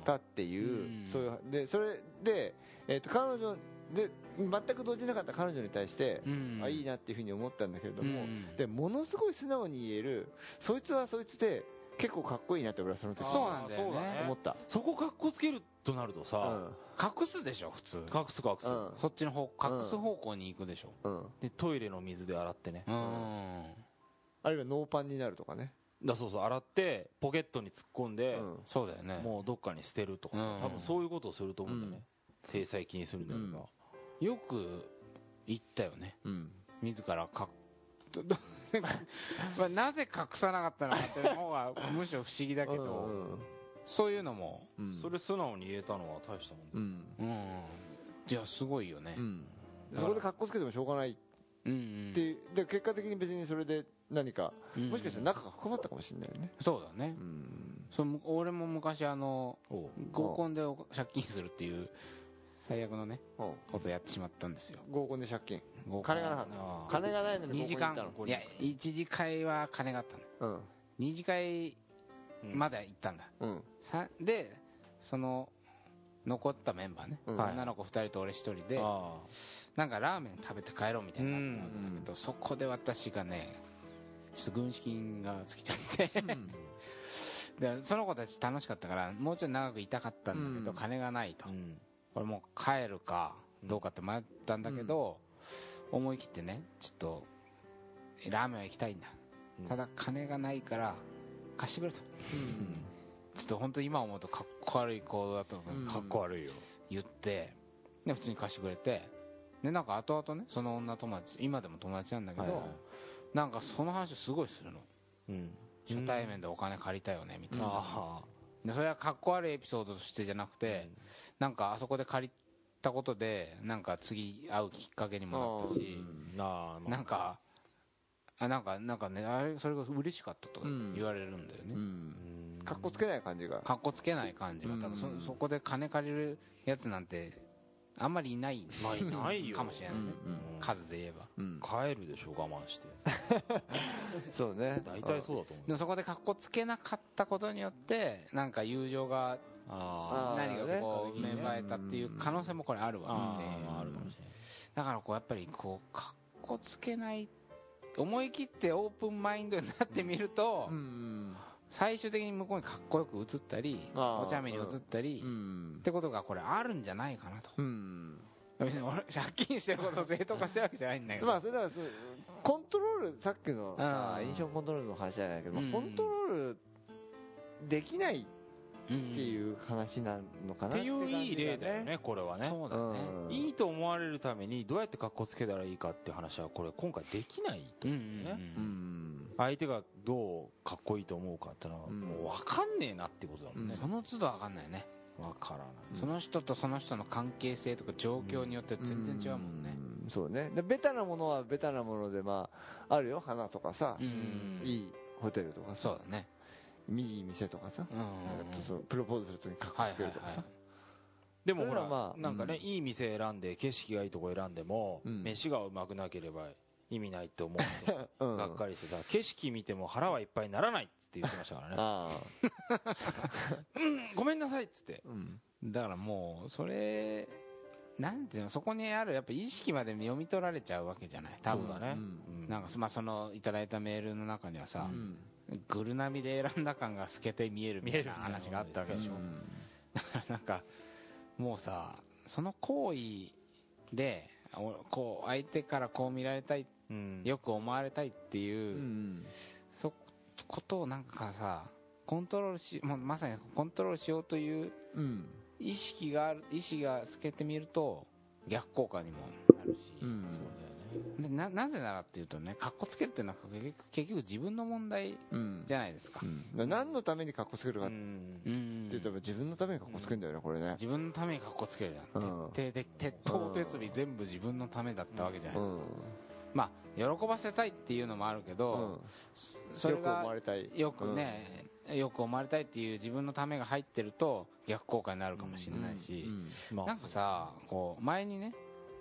[SPEAKER 4] たっていう
[SPEAKER 3] うん
[SPEAKER 4] そういうでそれでえっと彼女で全く動じなかった彼女に対して
[SPEAKER 3] うん
[SPEAKER 4] あいいなっていうふうに思ったんだけれども
[SPEAKER 3] うん
[SPEAKER 4] でものすごい素直に言えるそいつはそいつで結構かっこいいなって俺はその時
[SPEAKER 3] そうなんだよね
[SPEAKER 2] あーそう
[SPEAKER 4] 思った
[SPEAKER 2] そこかっこつけるとなると
[SPEAKER 4] う
[SPEAKER 2] さ、
[SPEAKER 4] ん
[SPEAKER 3] 隠すでしょ普通
[SPEAKER 2] 隠す隠す、
[SPEAKER 4] うん
[SPEAKER 3] そっちの方隠す方向に行くでしょ
[SPEAKER 4] うん
[SPEAKER 2] でトイレの水で洗ってね、
[SPEAKER 3] うん
[SPEAKER 4] あるいはノーパンになるとかね
[SPEAKER 2] だそうそう洗ってポケットに突っ込んで、
[SPEAKER 4] うん
[SPEAKER 3] そうだよね
[SPEAKER 2] もうどっかに捨てるとかさ、
[SPEAKER 3] うん
[SPEAKER 2] 多分そういうことをすると思うんだよね、体裁気にするんだよな、
[SPEAKER 3] よく言ったよね
[SPEAKER 4] うん
[SPEAKER 3] 自らかまあなぜ隠さなかったのかっていう方がむしろ不思議だけ
[SPEAKER 4] う
[SPEAKER 3] ど
[SPEAKER 4] ん
[SPEAKER 3] そういうのも
[SPEAKER 4] うん
[SPEAKER 2] それ素直に言えたのは大したもんだ、
[SPEAKER 4] うん
[SPEAKER 3] うんじゃあすごいよね
[SPEAKER 4] うんそこで格好つけてもしょうがない
[SPEAKER 3] う
[SPEAKER 4] っ
[SPEAKER 3] んう
[SPEAKER 4] て
[SPEAKER 3] ん
[SPEAKER 4] いうで結果的に別にそれで何か
[SPEAKER 3] うん
[SPEAKER 4] もしかしたら仲が深まったかもしれないよね
[SPEAKER 3] そうだね
[SPEAKER 4] うん
[SPEAKER 3] そうむ俺も昔あの
[SPEAKER 2] おう
[SPEAKER 3] 合コンでお借金するっていう最悪のね
[SPEAKER 4] うん
[SPEAKER 3] ことをやってしまったんですよ
[SPEAKER 4] 合コンで借金
[SPEAKER 3] 合コン
[SPEAKER 4] 金がなかっ
[SPEAKER 2] あ
[SPEAKER 4] た金がないのに
[SPEAKER 3] 二次
[SPEAKER 4] 合コン行
[SPEAKER 3] 間
[SPEAKER 4] ったの
[SPEAKER 3] いや一次会は金があったの二次会
[SPEAKER 2] うん
[SPEAKER 3] まだ行ったんだ、
[SPEAKER 4] うんうん
[SPEAKER 3] さでその残ったメンバーね、
[SPEAKER 4] うん
[SPEAKER 3] 女の子2人と俺1人で
[SPEAKER 2] あ
[SPEAKER 3] なんかラーメン食べて帰ろうみたいになった
[SPEAKER 4] う
[SPEAKER 3] ん
[SPEAKER 4] ん
[SPEAKER 3] だけど、そこで私がねちょっと軍資金が尽きちゃって でその子たち楽しかったからもうちょっと長くいたかったんだけど、
[SPEAKER 4] うん
[SPEAKER 3] 金がないと、
[SPEAKER 2] あうん
[SPEAKER 3] 俺もう帰るかどうかって迷ったんだけど、思い切ってねちょっとラーメンは行きたいんだ、
[SPEAKER 2] うん
[SPEAKER 3] ただ金がないから貸してくれとちょっと本当今思うとかっこ悪い行動だと思う
[SPEAKER 4] うん
[SPEAKER 3] かっこ悪いよ言ってで普通に貸してくれてでなんか後々ねその女友達今でも友達なんだけど、
[SPEAKER 2] はいはい
[SPEAKER 3] なんかその話をすごいするの
[SPEAKER 2] うん
[SPEAKER 3] 初対面でお金借りたよねみたいな、
[SPEAKER 2] あ
[SPEAKER 3] でそれはかっこ悪いエピソードとしてじゃなくて、なんかあそこで借りたことでなんか次会うきっかけにもなったし、
[SPEAKER 2] あなあまあ
[SPEAKER 3] なんかあなんかなんかねあれそれが嬉しかったとか
[SPEAKER 4] うん
[SPEAKER 3] 言われるんだよね、
[SPEAKER 4] うん
[SPEAKER 2] うん
[SPEAKER 4] 格好つけない感じが
[SPEAKER 3] かっこつけない感じが多分そ,、
[SPEAKER 4] うん
[SPEAKER 3] そこで金借りるやつなんてあんまりいない
[SPEAKER 2] まあいないよ
[SPEAKER 3] かもしれないね、
[SPEAKER 2] うん
[SPEAKER 3] 数で言えば
[SPEAKER 4] うん
[SPEAKER 2] 帰るでしょ我慢して
[SPEAKER 4] そうね
[SPEAKER 2] 大体そうだと思
[SPEAKER 3] で
[SPEAKER 2] う
[SPEAKER 3] もそこでかっこつけなかったことによってなんか友情が
[SPEAKER 4] あ
[SPEAKER 2] あ
[SPEAKER 3] 何
[SPEAKER 4] ー
[SPEAKER 3] かこう
[SPEAKER 2] ね
[SPEAKER 3] 芽生えたっていう可能性もこれある
[SPEAKER 2] ー
[SPEAKER 3] わ
[SPEAKER 2] あー
[SPEAKER 3] けで
[SPEAKER 2] あるかもしれない
[SPEAKER 3] だからこうやっぱりこうかっこつけない思い切ってオープンマインドになってみると、
[SPEAKER 4] うん
[SPEAKER 3] 最終的に向こうにかっこよく映ったり
[SPEAKER 4] あー
[SPEAKER 3] お茶目に映ったり、
[SPEAKER 4] う
[SPEAKER 3] っ
[SPEAKER 4] ん
[SPEAKER 3] てことがこれあるんじゃないかなと
[SPEAKER 4] うん
[SPEAKER 3] 別に俺借金してることを正当化してるわけじゃないんだけ
[SPEAKER 4] つ
[SPEAKER 3] ど
[SPEAKER 4] まりそれだからそうコントロールさっきのさ
[SPEAKER 3] うん
[SPEAKER 4] 印象コントロールの話じゃないけど、まあ
[SPEAKER 3] うん
[SPEAKER 4] コントロールできない
[SPEAKER 3] うん
[SPEAKER 4] っていう話なのかな
[SPEAKER 2] てい
[SPEAKER 4] 感
[SPEAKER 2] う
[SPEAKER 4] じ
[SPEAKER 2] いい例だよねこれはね
[SPEAKER 3] そうだね
[SPEAKER 4] うん
[SPEAKER 2] いいと思われるためにどうやって格好つけたらいいかって話はこれ今回できないと
[SPEAKER 3] うん
[SPEAKER 4] うん
[SPEAKER 2] 相手がどうかっこいいと思うかってのは
[SPEAKER 4] うん
[SPEAKER 2] もう分かんねえなってことだもん
[SPEAKER 3] うん
[SPEAKER 2] ね
[SPEAKER 3] その都度わかんないね
[SPEAKER 2] 分からない
[SPEAKER 3] その人とその人の関係性とか状況によって全然違うもんね
[SPEAKER 4] うんそうねでベタなものはベタなものでまああるよ花とかさ、
[SPEAKER 3] うん
[SPEAKER 4] いいホテルとかさ
[SPEAKER 3] そうだね
[SPEAKER 4] いい店とかさ、
[SPEAKER 3] うんうんうん
[SPEAKER 4] なんかそのプロポーズするときにかっこ
[SPEAKER 3] はい
[SPEAKER 4] つけ
[SPEAKER 3] はい
[SPEAKER 4] るとかさ、
[SPEAKER 3] はい
[SPEAKER 2] でもほ
[SPEAKER 4] それはま
[SPEAKER 2] ら
[SPEAKER 4] あ
[SPEAKER 2] なんかね
[SPEAKER 4] うん
[SPEAKER 2] いい店選んで景色がいいとこ選んでも
[SPEAKER 4] うん
[SPEAKER 2] 飯がうまくなければ意味ないって思う 人
[SPEAKER 4] うん
[SPEAKER 2] がっかりしてさ景色見ても腹はいっぱいにならないっつって言ってましたからね
[SPEAKER 4] ああ
[SPEAKER 2] ごめんなさいっつって
[SPEAKER 4] うん
[SPEAKER 3] だからもうそれなんていうのそこにあるやっぱ意識まで読み取られちゃうわけじゃない多分
[SPEAKER 2] そうだね
[SPEAKER 4] うん
[SPEAKER 3] なんかそまあそのいただいたメールの中にはさ、
[SPEAKER 4] うん
[SPEAKER 3] グルナビで選んだ感が透けて見えるみたいな
[SPEAKER 2] 見えるみたいな
[SPEAKER 3] 話があったわけでしょ、
[SPEAKER 4] うん
[SPEAKER 3] なんかもうさその行為でおこう相手からこう見られたい
[SPEAKER 2] うん
[SPEAKER 3] よく思われたいっていう
[SPEAKER 4] う、ん
[SPEAKER 3] そことをなんかさコントロールしもうまさにコントロールしようという
[SPEAKER 4] うん
[SPEAKER 3] 意識がある意識が透けてみると逆効果にもなるし、
[SPEAKER 4] うん
[SPEAKER 2] そうだよね
[SPEAKER 3] でななぜならっていうとねかっこつけるっていうのは結局結局自分の問題
[SPEAKER 4] うん
[SPEAKER 3] じゃないですか、
[SPEAKER 4] うん何のためにかっこつけるか
[SPEAKER 2] う
[SPEAKER 4] って
[SPEAKER 2] ん
[SPEAKER 3] うん
[SPEAKER 4] 言ったら自分のためにかっこつけるんだよねこれね
[SPEAKER 3] 自分のために格好つけるじゃん、
[SPEAKER 4] うん
[SPEAKER 3] 徹底的鉄頭鉄尾全部自分のためだったわけじゃな
[SPEAKER 4] う
[SPEAKER 3] い
[SPEAKER 4] ん
[SPEAKER 3] ですか、まあ喜ばせたいっていうのもあるけど、
[SPEAKER 4] うん
[SPEAKER 3] そそれ
[SPEAKER 4] よく思わ
[SPEAKER 3] が
[SPEAKER 4] れたい
[SPEAKER 3] よくね、よく思われたいっていう自分のためが入ってると逆効果になるかもしれ
[SPEAKER 4] うん
[SPEAKER 3] ないし、
[SPEAKER 4] うん
[SPEAKER 2] まあ
[SPEAKER 3] なんかさこう前にね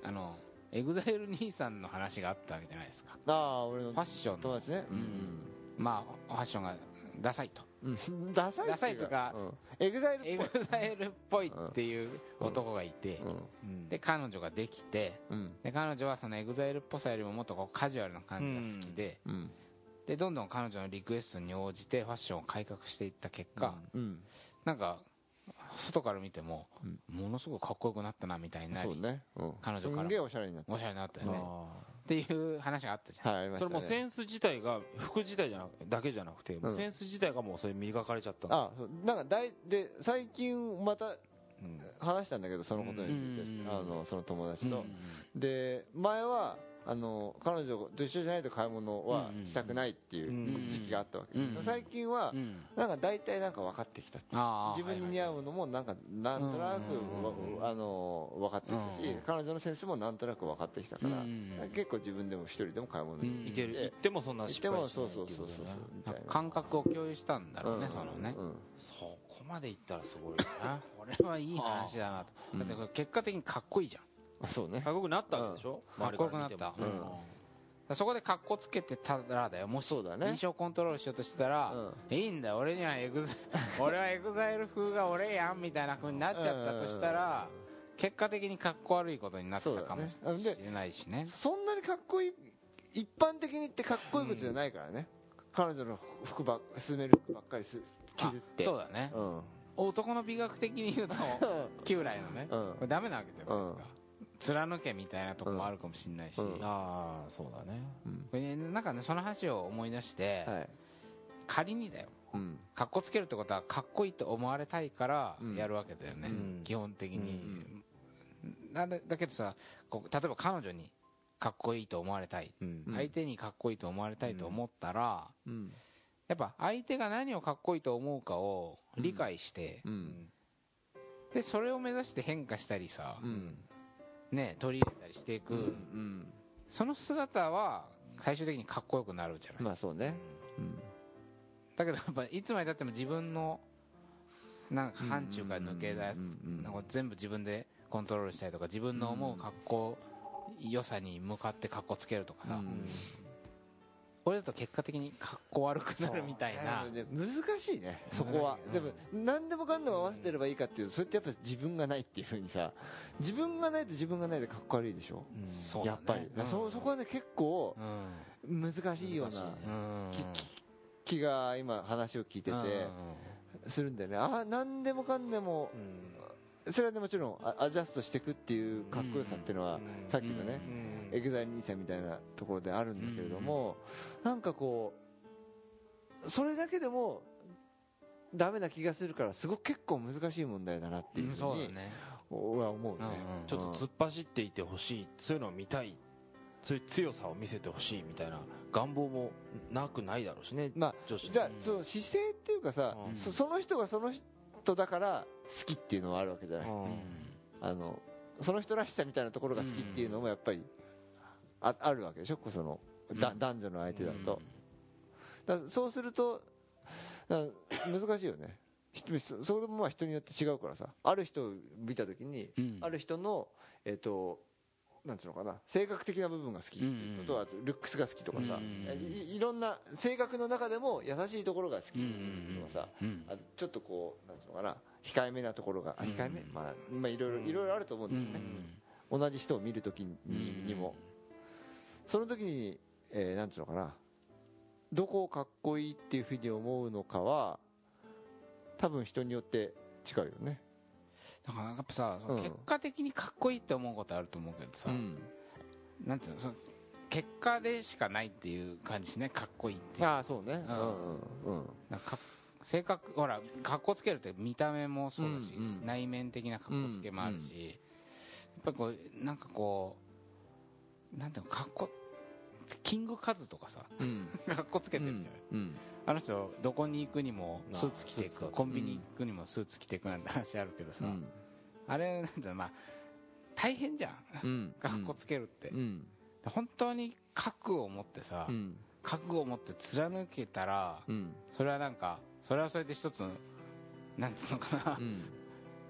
[SPEAKER 3] あのエグザイル兄さんの話があったわけじゃないですか
[SPEAKER 4] ああ俺の
[SPEAKER 3] ファッション
[SPEAKER 4] 友
[SPEAKER 3] の
[SPEAKER 4] 達ねうん
[SPEAKER 3] まあファッションがダサいと
[SPEAKER 4] うんダサい
[SPEAKER 3] ダサいっつうか
[SPEAKER 4] エグザイル
[SPEAKER 3] エ
[SPEAKER 4] っぽい
[SPEAKER 3] グザイルっぽいっていう男がいて、
[SPEAKER 2] うん
[SPEAKER 3] で彼女ができて
[SPEAKER 4] うん
[SPEAKER 3] で彼女はそのエグザイルっぽさよりももっとこうカジュアルな感じが好きで、
[SPEAKER 4] うん
[SPEAKER 3] でどんどん彼女のリクエストに応じてファッションを改革していった結果、
[SPEAKER 4] うん
[SPEAKER 3] なんか外から見ても
[SPEAKER 4] うん
[SPEAKER 3] ものすごくかっこよくなったなみたいになり、
[SPEAKER 4] そうねうん
[SPEAKER 3] 彼女からも
[SPEAKER 4] すんげえおしゃれになった
[SPEAKER 3] おしゃれになったよね、っ
[SPEAKER 2] あー
[SPEAKER 3] ていう話があったじゃん、
[SPEAKER 4] はいありまし
[SPEAKER 2] そ
[SPEAKER 4] た
[SPEAKER 2] れ
[SPEAKER 4] ね
[SPEAKER 2] もセンス自体が服自体じゃなくだけじゃなくて、もううんセンス自体がもうそれ磨かれちゃったんだ
[SPEAKER 4] あそうなんかだいで最近また
[SPEAKER 2] うん
[SPEAKER 4] 話したんだけどそのことについて
[SPEAKER 3] うん
[SPEAKER 4] あのその友達
[SPEAKER 3] うん
[SPEAKER 4] とで前はあの彼女と一緒じゃないと買い物は
[SPEAKER 3] うん
[SPEAKER 4] したくないっていううん時期があったわけ
[SPEAKER 3] うん
[SPEAKER 4] でも最近は
[SPEAKER 3] うんうん
[SPEAKER 4] なんか大体なんか分かってきた
[SPEAKER 3] あー
[SPEAKER 4] 自分に似合うのもなんかなんとなくわあの分かってきた
[SPEAKER 3] う
[SPEAKER 4] し
[SPEAKER 3] ん
[SPEAKER 4] 彼女のセンスもなんとなく分かってきたか
[SPEAKER 3] う
[SPEAKER 4] ら
[SPEAKER 3] ん
[SPEAKER 4] 結構自分でも一人でも買い物に
[SPEAKER 2] いける行ってもそん
[SPEAKER 4] 行
[SPEAKER 2] な
[SPEAKER 4] って
[SPEAKER 2] 失敗しな
[SPEAKER 4] も
[SPEAKER 2] い
[SPEAKER 4] そうそうそう
[SPEAKER 2] って
[SPEAKER 4] そ
[SPEAKER 2] い
[SPEAKER 4] そ
[SPEAKER 2] うこ
[SPEAKER 4] う
[SPEAKER 2] とだよね
[SPEAKER 4] みたいな
[SPEAKER 3] 感覚を共有したんだろうね、
[SPEAKER 4] うん
[SPEAKER 3] そのね、
[SPEAKER 4] うん
[SPEAKER 2] そこまで行ったらすごいよな
[SPEAKER 3] これはいい話だなと、
[SPEAKER 4] うん
[SPEAKER 3] だってこれ結果的にかっこいいじゃん
[SPEAKER 4] あそうね
[SPEAKER 2] かっこよくなったわけでしょ、
[SPEAKER 3] うん
[SPEAKER 2] 周りら見ても
[SPEAKER 3] かっこ
[SPEAKER 4] よくなった
[SPEAKER 3] そこで格好つけてたらだよもし
[SPEAKER 4] そうだね
[SPEAKER 3] 印象コントロールしようとしてたら、
[SPEAKER 4] う
[SPEAKER 3] いいんだ俺にはエ グザ俺はエグザイル風が俺やんみたいな風になっちゃったとしたら、結果的に格好悪いことになってたかもし
[SPEAKER 4] そうだね
[SPEAKER 3] れないしね
[SPEAKER 4] そんなにかっこいい一般的にってかっこいいことじゃないからね、彼女の服ばっ勧める服ばっかりす着るって
[SPEAKER 3] あそうだね、
[SPEAKER 4] うんうん
[SPEAKER 3] 男の美学的に言うと 旧来のね、
[SPEAKER 4] うん
[SPEAKER 3] これダメなわけじゃないですか、貫けみたいなとこもあるかもしれないし、
[SPEAKER 4] うんうん
[SPEAKER 3] こ
[SPEAKER 2] ああそうだね
[SPEAKER 3] れねなんかねその話を思い出して、
[SPEAKER 4] はい
[SPEAKER 3] 仮にだよ
[SPEAKER 4] うん
[SPEAKER 3] かっこつけるってことはかっこいいと思われたいから
[SPEAKER 4] うん
[SPEAKER 3] やるわけだよね、
[SPEAKER 2] うん
[SPEAKER 3] 基本的に、なんだだけどさこう例えば彼女にかっこいいと思われたい、
[SPEAKER 2] うん
[SPEAKER 4] ん
[SPEAKER 3] 相手にかっこいいと思われたいと思ったら、
[SPEAKER 4] うん
[SPEAKER 3] やっぱ相手が何をかっこいいと思うかを理解して、
[SPEAKER 4] うん
[SPEAKER 3] でそれを目指して変化したりさ、
[SPEAKER 4] うん
[SPEAKER 3] ね、取り入れたりしていく、
[SPEAKER 4] うん
[SPEAKER 3] その姿は最終的にかっこよくなるじゃない、
[SPEAKER 4] まあそうねうん
[SPEAKER 3] だけどやっぱいつまでたっても自分のなんか範疇から抜け出す
[SPEAKER 4] うんうん
[SPEAKER 3] なんか全部自分でコントロールしたりとか自分の思う格好良さに向かって格好つけるとかさ、
[SPEAKER 4] うん
[SPEAKER 3] 俺だと結果的に格好悪くなるみたいな
[SPEAKER 4] でもね難しいねそこは
[SPEAKER 3] 難しい
[SPEAKER 4] で
[SPEAKER 3] よ
[SPEAKER 4] も何でもかんでも合わせてればいいかっていうそれってやっぱ自分がないっていうふうにさ自分がないと自分がないでかっこ悪いでしょ
[SPEAKER 3] うん
[SPEAKER 2] そうだ
[SPEAKER 4] や
[SPEAKER 2] ね
[SPEAKER 4] っぱりだからそそこはね結構
[SPEAKER 3] うん
[SPEAKER 4] 難しいよう
[SPEAKER 2] 難しい
[SPEAKER 4] な
[SPEAKER 2] ね
[SPEAKER 3] うん
[SPEAKER 4] きき気が今話を聞いて
[SPEAKER 3] うん
[SPEAKER 4] てするんだよねああ何でもかんでも
[SPEAKER 2] うん
[SPEAKER 4] それはねもちろんあアジャストしていくっていうかっこよさっていうのは
[SPEAKER 2] うん
[SPEAKER 4] さっきのね
[SPEAKER 2] うん
[SPEAKER 4] エグザイル兄さんみたいなところであるんだけれども、なんかこうそれだけでもダメな気がするからすごく結構難しい問題だなっていう
[SPEAKER 3] うん
[SPEAKER 4] ふう
[SPEAKER 3] そうだ
[SPEAKER 4] に
[SPEAKER 3] ね
[SPEAKER 4] 俺は思うね、
[SPEAKER 3] うんうん
[SPEAKER 2] ちょっと突っ走っていてほしいそういうのを見たいそういう強さを見せてほしいみたいな願望もなくないだろうしね
[SPEAKER 4] まあ
[SPEAKER 2] 女子
[SPEAKER 4] じゃあその姿勢っていうかさ、
[SPEAKER 2] うん
[SPEAKER 4] そその人がその人だから好きっていうのはあるわけじゃない、
[SPEAKER 2] うん
[SPEAKER 4] あのその人らしさみたいなところが好きっていうのもやっぱりああるわけでしょそのだ、
[SPEAKER 3] うん
[SPEAKER 4] 男女の相手だと、だからそうするとだから難しいよねひそそれもまあ人によって違うからさある人を見た時に、
[SPEAKER 3] うん
[SPEAKER 4] ある人のえっ、となんつうのかな性格的な部分が好きっていうのと、
[SPEAKER 3] うんうん
[SPEAKER 4] あとルックスが好きとかさ、
[SPEAKER 3] うんうん
[SPEAKER 4] いいろんな性格の中でも優しいところが好きとかさ、
[SPEAKER 3] うん
[SPEAKER 4] あとちょっとこうなんつうのかな控えめなところがあ控えめ、
[SPEAKER 3] うん
[SPEAKER 4] まあ、まあいろいろ
[SPEAKER 2] うん
[SPEAKER 4] いろいろあると思うんだよね、同じ人を見るときに,、
[SPEAKER 3] うん
[SPEAKER 4] にもその時に、えーなんつうのかなどこをかっこいいっていうふうに思うのかは多分人によって違うよね
[SPEAKER 3] だからやっぱさその
[SPEAKER 4] うん
[SPEAKER 3] 結果的にかっこいいって思うことあると思うけどさ、なんていうのその結果でしかないっていう感じしねかっこいいっていう
[SPEAKER 4] ああそうねう
[SPEAKER 3] うんん
[SPEAKER 4] うんうん
[SPEAKER 3] なんかか性格ほら格好つけるって見た目もそうだし、
[SPEAKER 4] うんうん
[SPEAKER 3] 内面的な格好つけもあるし、やっぱりこうなんかこうなんていうの格好キングカズとかさ
[SPEAKER 4] うん
[SPEAKER 3] 格好つけてるじゃない、
[SPEAKER 4] うん
[SPEAKER 3] あの人どこに行くにもスーツ着てい
[SPEAKER 2] スーツだ
[SPEAKER 3] く
[SPEAKER 2] って
[SPEAKER 3] コンビニ行くにもスーツ着ていくなんて話あるけどさ、あれなんていうのまあ大変じゃ
[SPEAKER 4] う
[SPEAKER 3] ん
[SPEAKER 4] ん
[SPEAKER 3] 格好つけるって、
[SPEAKER 4] うん
[SPEAKER 3] 本当に覚悟を持ってさ、
[SPEAKER 4] うん
[SPEAKER 3] 覚悟を持って貫けたら、
[SPEAKER 4] うん
[SPEAKER 3] それはなんかそれはそれで一つのなんつうのかな、
[SPEAKER 4] うん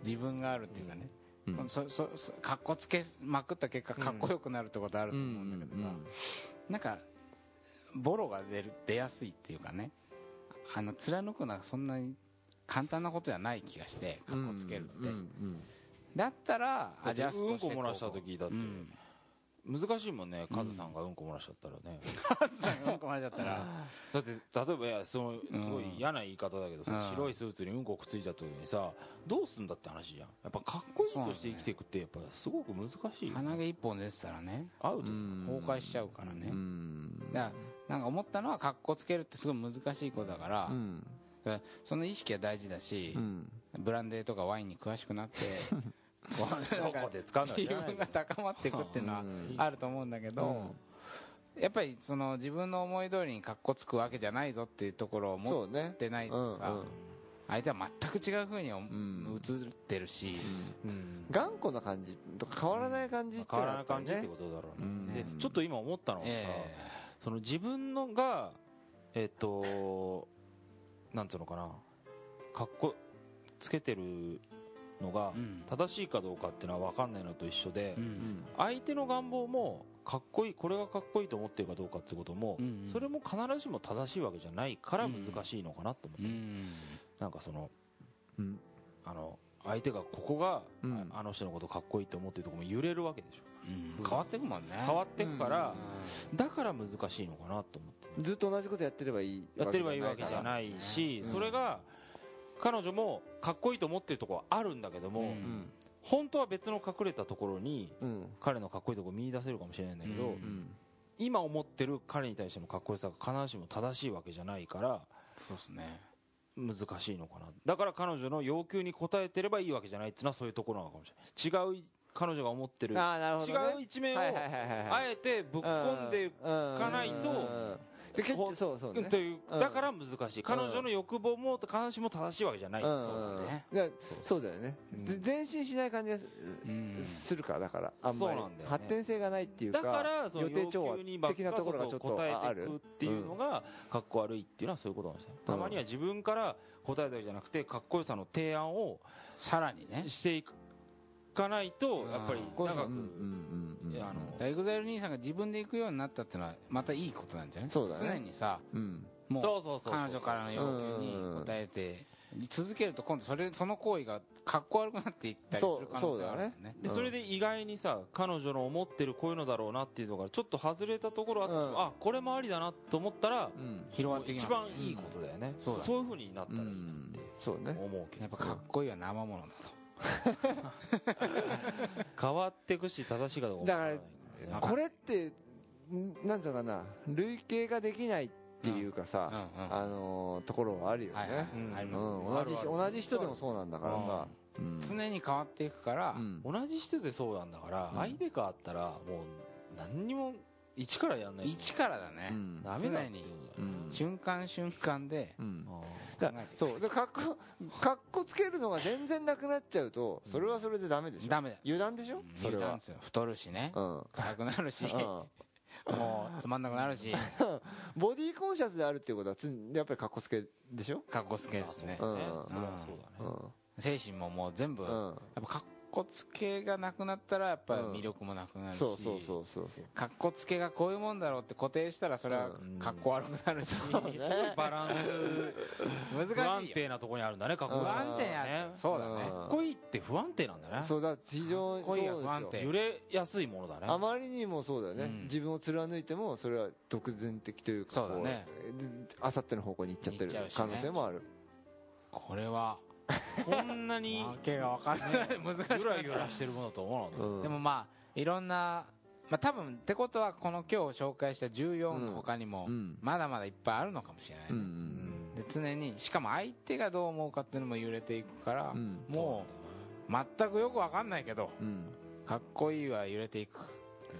[SPEAKER 3] 自分があるっていうかね、
[SPEAKER 4] うん
[SPEAKER 3] このそそそかっこつけまくった結果かっこよくなるってことあると思うんだけどさ、なんかボロが出る出やすいっていうかねあの貫くのはそんなに簡単なことじゃない気がしてかっこつけるって、
[SPEAKER 4] うんうん
[SPEAKER 3] だったら
[SPEAKER 2] だ
[SPEAKER 3] ア
[SPEAKER 2] っ
[SPEAKER 3] ジ
[SPEAKER 2] て
[SPEAKER 3] ャス
[SPEAKER 2] う
[SPEAKER 3] ト
[SPEAKER 2] ん
[SPEAKER 3] して
[SPEAKER 2] こ
[SPEAKER 3] こう
[SPEAKER 2] 漏らした時だって
[SPEAKER 3] うん
[SPEAKER 2] 難しいもんねカズさんがうんこ漏らしちゃったらね
[SPEAKER 3] カズさんがうんこ漏らしちゃったら
[SPEAKER 2] だって例えばいやその
[SPEAKER 3] うん
[SPEAKER 2] すごい嫌な言い方だけどさ、
[SPEAKER 3] うん
[SPEAKER 2] 白いスーツにうんこくっついちゃった時にさどうすんだって話じゃんやっぱかっこいいとして生きていくってやっぱすごく難しいよ
[SPEAKER 3] 鼻毛一本出てたらね
[SPEAKER 2] アウト
[SPEAKER 4] うん
[SPEAKER 3] 崩壊しちゃうからね、
[SPEAKER 4] うん
[SPEAKER 3] だからなんか思ったのは格好つけるってすごい難しいことだから、
[SPEAKER 4] うん
[SPEAKER 3] だからその意識は大事だし、
[SPEAKER 4] うん
[SPEAKER 3] ブランデーとかワインに詳しくなってこうなん
[SPEAKER 2] ど
[SPEAKER 3] か
[SPEAKER 2] こで使うの
[SPEAKER 3] 自分が高まっていくっていうのは
[SPEAKER 4] うん
[SPEAKER 3] あると思うんだけど、やっぱりその自分の思い通りに格好つくわけじゃないぞっていうところを持
[SPEAKER 4] そ
[SPEAKER 3] っ
[SPEAKER 4] うね
[SPEAKER 3] てないとさ、
[SPEAKER 4] うんうん
[SPEAKER 3] 相手は全く違うふうにお
[SPEAKER 4] ん
[SPEAKER 3] 映ってるし、
[SPEAKER 2] うん
[SPEAKER 4] 頑固な感じとか変わらない感じって
[SPEAKER 2] 変
[SPEAKER 4] の
[SPEAKER 2] わ
[SPEAKER 4] は
[SPEAKER 2] ら
[SPEAKER 4] や
[SPEAKER 2] な
[SPEAKER 4] っぱり
[SPEAKER 2] い感
[SPEAKER 4] ね
[SPEAKER 2] じってことだろうね、
[SPEAKER 4] うん
[SPEAKER 2] でちょっと今思ったのがさ、
[SPEAKER 3] え
[SPEAKER 2] その自分のがえっ、となんつうのかなかっこつけてるのが
[SPEAKER 3] えうん
[SPEAKER 2] 正しいかどうかっていうのは分かんないのと一緒で、
[SPEAKER 3] うん
[SPEAKER 2] 相手の願望もかっこいいこれがかっこいいと思ってるかどうかってことも、
[SPEAKER 3] うん
[SPEAKER 2] それも必ずしも正しいわけじゃないから難しいのかなと思って、
[SPEAKER 3] うん
[SPEAKER 2] なんかその
[SPEAKER 4] うん
[SPEAKER 2] あの相手がここが、
[SPEAKER 4] うん
[SPEAKER 2] ああの人のことかっこいいと思ってるとこも揺れるわけでしょ
[SPEAKER 3] うん変わってくもんね
[SPEAKER 2] 変わってくから、
[SPEAKER 3] う
[SPEAKER 2] だから難しいのかなと思ってね、
[SPEAKER 4] ずっと同じことやってればいい
[SPEAKER 2] やってればいいわけじゃ
[SPEAKER 4] い
[SPEAKER 2] ないし、
[SPEAKER 4] うん
[SPEAKER 2] それが彼女もかっこいいと思ってるとこはあるんだけども、
[SPEAKER 3] うん
[SPEAKER 4] うん
[SPEAKER 2] 本当は別の隠れたところに
[SPEAKER 4] うん
[SPEAKER 2] 彼のかっこいいとこ見出せるかもしれないんだけど、
[SPEAKER 3] うん
[SPEAKER 4] うん
[SPEAKER 2] 今思ってる彼に対してのかっこよさが必ずしも正しいわけじゃないから
[SPEAKER 3] そうですね
[SPEAKER 2] 難しいのかなだから彼女の要求に応えてればいいわけじゃないっていうのはそういうところなのかもしれない違う彼女が思ってる
[SPEAKER 4] ああなるほど、ね、
[SPEAKER 2] 違う一面を
[SPEAKER 4] はいはいはいはい
[SPEAKER 2] あえてぶっ込んでい
[SPEAKER 4] か
[SPEAKER 2] ないと
[SPEAKER 4] で結構そうそう
[SPEAKER 2] く
[SPEAKER 4] ね
[SPEAKER 2] という
[SPEAKER 4] うん
[SPEAKER 2] だから難しい彼女の欲望も必ずしも正しいわけじゃない、
[SPEAKER 4] うん
[SPEAKER 2] そう
[SPEAKER 3] だね
[SPEAKER 4] だからそうだよね、
[SPEAKER 2] うん
[SPEAKER 4] ぜ前進しない感じがす,、
[SPEAKER 3] うん
[SPEAKER 4] るからだからあんま
[SPEAKER 2] そう
[SPEAKER 4] り
[SPEAKER 2] なんだよね
[SPEAKER 4] 発展性がないっていうか
[SPEAKER 2] だからその
[SPEAKER 4] 予定
[SPEAKER 2] 要
[SPEAKER 4] 調和
[SPEAKER 2] 求にばっ
[SPEAKER 4] 的な
[SPEAKER 2] か
[SPEAKER 4] ところがちょ
[SPEAKER 2] そ
[SPEAKER 4] っ
[SPEAKER 2] う
[SPEAKER 4] と
[SPEAKER 2] そう答
[SPEAKER 4] あ
[SPEAKER 2] え
[SPEAKER 4] あ
[SPEAKER 2] てい
[SPEAKER 4] る
[SPEAKER 2] くっていうのがかっこ悪いっていうのはそういうことなんですよたまには自分から答えたわけじゃなくてかっこよさの提案を
[SPEAKER 3] さらにね
[SPEAKER 2] していくかないとやっぱり
[SPEAKER 3] うん
[SPEAKER 2] 長
[SPEAKER 4] うんう
[SPEAKER 2] く
[SPEAKER 4] んうん
[SPEAKER 2] いやあの
[SPEAKER 3] エグザイル兄さんが自分で行くようになったってのはまたいいことなんじゃない
[SPEAKER 4] そうだね
[SPEAKER 3] 常にさ
[SPEAKER 4] うん
[SPEAKER 3] もう
[SPEAKER 2] そうそうそうそう
[SPEAKER 3] 彼女からの要求に応えて続けると今度それその行為がかっこ悪くなっていったりする可能性があるもんね
[SPEAKER 2] でそれで意外にさ彼女の思ってるこういうのだろうなっていうのがちょっと外れたところあって、
[SPEAKER 4] うん
[SPEAKER 2] あこれもありだなと思ったら、
[SPEAKER 4] うん
[SPEAKER 3] 広が
[SPEAKER 2] も
[SPEAKER 3] っ
[SPEAKER 2] う
[SPEAKER 3] てき
[SPEAKER 2] 一
[SPEAKER 3] ま
[SPEAKER 2] 番
[SPEAKER 3] すね
[SPEAKER 2] いいことだよね、
[SPEAKER 3] そう
[SPEAKER 2] そ
[SPEAKER 3] だ
[SPEAKER 2] ういうふうになったらいいなって
[SPEAKER 4] そうね
[SPEAKER 2] 思うけど、
[SPEAKER 3] やっぱかっこいいは生ものだと
[SPEAKER 2] 変わってくし正しいかどうかも
[SPEAKER 4] だから
[SPEAKER 2] わらない
[SPEAKER 4] これってんなんつうのかな類型ができないっていうか
[SPEAKER 3] うんうん
[SPEAKER 4] さ、あのーところはあるよね、
[SPEAKER 3] はいはい
[SPEAKER 2] うん
[SPEAKER 3] あり
[SPEAKER 4] う
[SPEAKER 3] ますね
[SPEAKER 4] ん、同じ
[SPEAKER 2] あるある
[SPEAKER 4] 同じ人でもそうなんだからさ、うん
[SPEAKER 3] 常に変わっていくから
[SPEAKER 4] うん
[SPEAKER 2] 同じ人でそうなんだから、
[SPEAKER 4] うん
[SPEAKER 2] アイデカあったらもう何にも一からやんないと
[SPEAKER 3] 一からだ
[SPEAKER 4] う
[SPEAKER 3] ね
[SPEAKER 4] ん
[SPEAKER 2] ダメだっていう
[SPEAKER 4] う
[SPEAKER 2] のが
[SPEAKER 4] ん
[SPEAKER 3] 瞬間瞬間で
[SPEAKER 4] うん
[SPEAKER 2] あ
[SPEAKER 3] 考
[SPEAKER 4] だ
[SPEAKER 3] えてい
[SPEAKER 4] そうでかっこかっこつけるのが全然なくなっちゃうとそれはそれでダメでし
[SPEAKER 3] く
[SPEAKER 4] ょ
[SPEAKER 3] ダメだよ
[SPEAKER 4] 油断でしょそれ
[SPEAKER 3] 油断
[SPEAKER 4] は
[SPEAKER 3] ですよ太るしね
[SPEAKER 4] うんうん
[SPEAKER 3] 臭くなるし もうつまんなくなるし
[SPEAKER 4] ボディーコンシャスであるっていうことはつやっぱりかっこつけでしょ
[SPEAKER 3] かっこつけですね
[SPEAKER 2] あそうね
[SPEAKER 4] うん
[SPEAKER 2] それはそうだね、
[SPEAKER 3] 精神ももう全部
[SPEAKER 4] う
[SPEAKER 3] やっ
[SPEAKER 4] ん、うん、
[SPEAKER 3] ぱかっこつけがなくなったらやっぱり
[SPEAKER 4] うん
[SPEAKER 3] 魅力もなくなるし
[SPEAKER 4] そうそうそうそうそう
[SPEAKER 3] かっこつけがこういうもんだろうって固定したらそれは
[SPEAKER 2] うん
[SPEAKER 3] かっこ悪くなるし
[SPEAKER 2] すごいバランス不
[SPEAKER 3] 難
[SPEAKER 2] 安
[SPEAKER 3] しいよ
[SPEAKER 2] 定なところにあるんだねかっこ
[SPEAKER 4] う
[SPEAKER 2] いい
[SPEAKER 4] ん
[SPEAKER 3] 不
[SPEAKER 2] か
[SPEAKER 3] 安定や
[SPEAKER 2] ね
[SPEAKER 3] そうだね
[SPEAKER 2] っこいいって不安定なんだね
[SPEAKER 4] そうだ非常に
[SPEAKER 3] かっこいいが
[SPEAKER 4] そうですよ
[SPEAKER 3] 不安定
[SPEAKER 2] 揺れやすいものだね
[SPEAKER 4] あまりにもそうだよね、
[SPEAKER 3] うん
[SPEAKER 4] 自分を貫いてもそれは独善的というか
[SPEAKER 3] そうだね
[SPEAKER 4] あさっての方向に行っちゃってる
[SPEAKER 3] 行っちゃうしね
[SPEAKER 4] 可能性もある、
[SPEAKER 3] これは
[SPEAKER 2] こんなに
[SPEAKER 3] 訳が分かんない難しくなって
[SPEAKER 2] ゆ
[SPEAKER 3] きた
[SPEAKER 2] らゆらしてるものだと思わな
[SPEAKER 4] う
[SPEAKER 2] かっ
[SPEAKER 4] ん
[SPEAKER 3] でもまあいろんなまあ多分ってことはこの今日紹介した14の他にも
[SPEAKER 4] うん
[SPEAKER 3] まだまだいっぱいあるのかもしれない
[SPEAKER 4] うん
[SPEAKER 3] ね
[SPEAKER 2] たうん
[SPEAKER 3] で常にしかも相手がどう思うかっていうのも揺れていくから
[SPEAKER 4] うんうん
[SPEAKER 3] もう全くよく分かんないけど
[SPEAKER 4] うん
[SPEAKER 3] かっこいいは揺れていく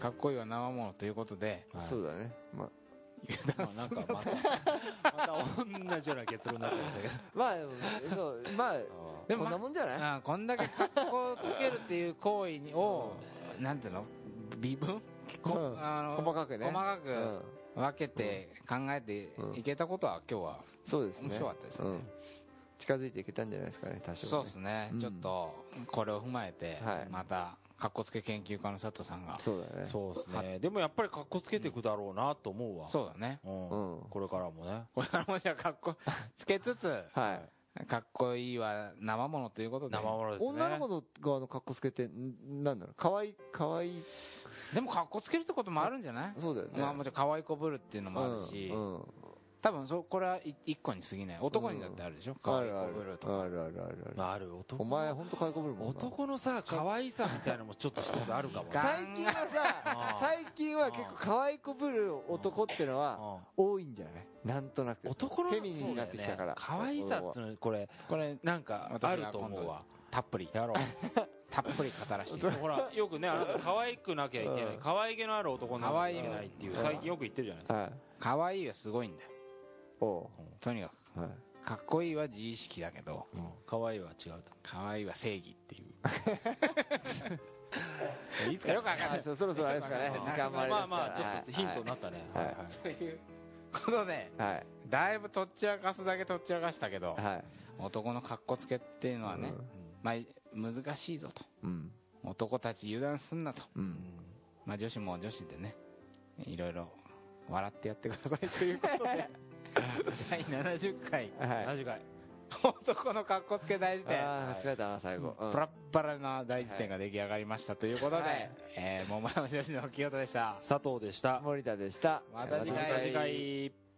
[SPEAKER 3] かっこいいは生ものということで
[SPEAKER 2] はい
[SPEAKER 4] そうだね、まあ、
[SPEAKER 3] 油断
[SPEAKER 2] まあなんかまたまた同じような結論になっちゃいましたけど
[SPEAKER 4] まあでもそうまあ
[SPEAKER 3] でも
[SPEAKER 4] こんなもんじゃない、
[SPEAKER 3] ああこんだけ格好つけるっていう行為にをなんていうの微分こ
[SPEAKER 4] うん
[SPEAKER 3] あの
[SPEAKER 4] 細かくね
[SPEAKER 3] 細か
[SPEAKER 4] う
[SPEAKER 3] く
[SPEAKER 4] ん、
[SPEAKER 3] 分けて考え
[SPEAKER 4] うん
[SPEAKER 3] ていけたことは今日は
[SPEAKER 4] そうですね
[SPEAKER 3] 面白かったですね
[SPEAKER 4] うん、近づいていけたんじゃないですかね多少ね
[SPEAKER 3] そうですね
[SPEAKER 4] うん
[SPEAKER 3] ちょっとこれを踏まえて
[SPEAKER 4] はい
[SPEAKER 3] また格好つけ研究家の佐藤さんが
[SPEAKER 4] そうだね
[SPEAKER 2] そうですねでもやっぱり格好つけていくだろうなと思うわ
[SPEAKER 3] そうだね
[SPEAKER 2] うん
[SPEAKER 4] うん
[SPEAKER 2] これからもね
[SPEAKER 3] これからもじゃあ格好つけつつ
[SPEAKER 4] はい
[SPEAKER 3] かっこいいは生ものということで
[SPEAKER 2] 生ものですね
[SPEAKER 4] 女の子の側の格好つけってんなんだろう可愛い可愛い
[SPEAKER 3] でも格好つけるってこともあるんじゃない
[SPEAKER 4] そうだよね、
[SPEAKER 3] まあもちろん可愛いこぶるっていうのもあるし
[SPEAKER 4] うんうん
[SPEAKER 3] 多分そうこれはい一個に過ぎない男にだってあるでしょ可愛いこぶるとか
[SPEAKER 4] あるあるあるあるある
[SPEAKER 2] まあある男
[SPEAKER 4] お前本当かいこぶるもんな
[SPEAKER 2] 男のさ可愛さみたいなのもちょっと一つあるかもね
[SPEAKER 3] ガン
[SPEAKER 4] 最近は
[SPEAKER 2] あ
[SPEAKER 4] さ
[SPEAKER 2] あ
[SPEAKER 4] 最近は結構可愛いこぶる男ってのは
[SPEAKER 2] う
[SPEAKER 4] 多いんじゃないなんとなく
[SPEAKER 2] ん男の
[SPEAKER 4] フェミニンになってきたから
[SPEAKER 2] そうだよね可愛さっつうのこれ
[SPEAKER 3] これ
[SPEAKER 2] なんかあると思うわ
[SPEAKER 3] たっぷり
[SPEAKER 2] やろう
[SPEAKER 3] たっぷり語らせ て
[SPEAKER 2] ほらよくねあなた可愛くなきゃいけない
[SPEAKER 4] うん
[SPEAKER 2] 可愛げのある男にならなきゃいけないっていう
[SPEAKER 4] 可愛い
[SPEAKER 2] 最近よく言ってるじゃないですか
[SPEAKER 4] はい
[SPEAKER 3] 可愛いはすごいんだよ
[SPEAKER 4] お
[SPEAKER 3] とにか
[SPEAKER 4] うはい
[SPEAKER 3] くかっこいいは自意識だけど
[SPEAKER 2] うん可愛いは違う
[SPEAKER 3] 可愛いは正義っていう
[SPEAKER 2] といつか
[SPEAKER 3] よくわかんない
[SPEAKER 4] あそうそろそろあれですかね
[SPEAKER 2] まあ
[SPEAKER 4] 時間もあれで
[SPEAKER 2] まあ
[SPEAKER 4] すから
[SPEAKER 2] まあちょっとヒントになったね
[SPEAKER 4] はい
[SPEAKER 3] このね
[SPEAKER 4] はいはい
[SPEAKER 3] だいぶとっちらかすだけとっちらかしたけど
[SPEAKER 4] はい
[SPEAKER 3] 男の格好つけっていうのはねまあ難しいぞと
[SPEAKER 4] うん
[SPEAKER 3] 男たち油断すんなと
[SPEAKER 4] う
[SPEAKER 2] うんん
[SPEAKER 3] まあ女子も女子でねいろいろ笑ってやってくださいということ で第70回
[SPEAKER 4] はい
[SPEAKER 2] 70回
[SPEAKER 3] 男の格好つけ大事典
[SPEAKER 4] ああ疲れたな最後うん
[SPEAKER 3] プラッパラな大辞典が出来上がりましたということで、
[SPEAKER 4] はい
[SPEAKER 3] えー、桃山女子の清田でした
[SPEAKER 2] 佐藤でした
[SPEAKER 4] 森田でした
[SPEAKER 3] また次回
[SPEAKER 2] また次回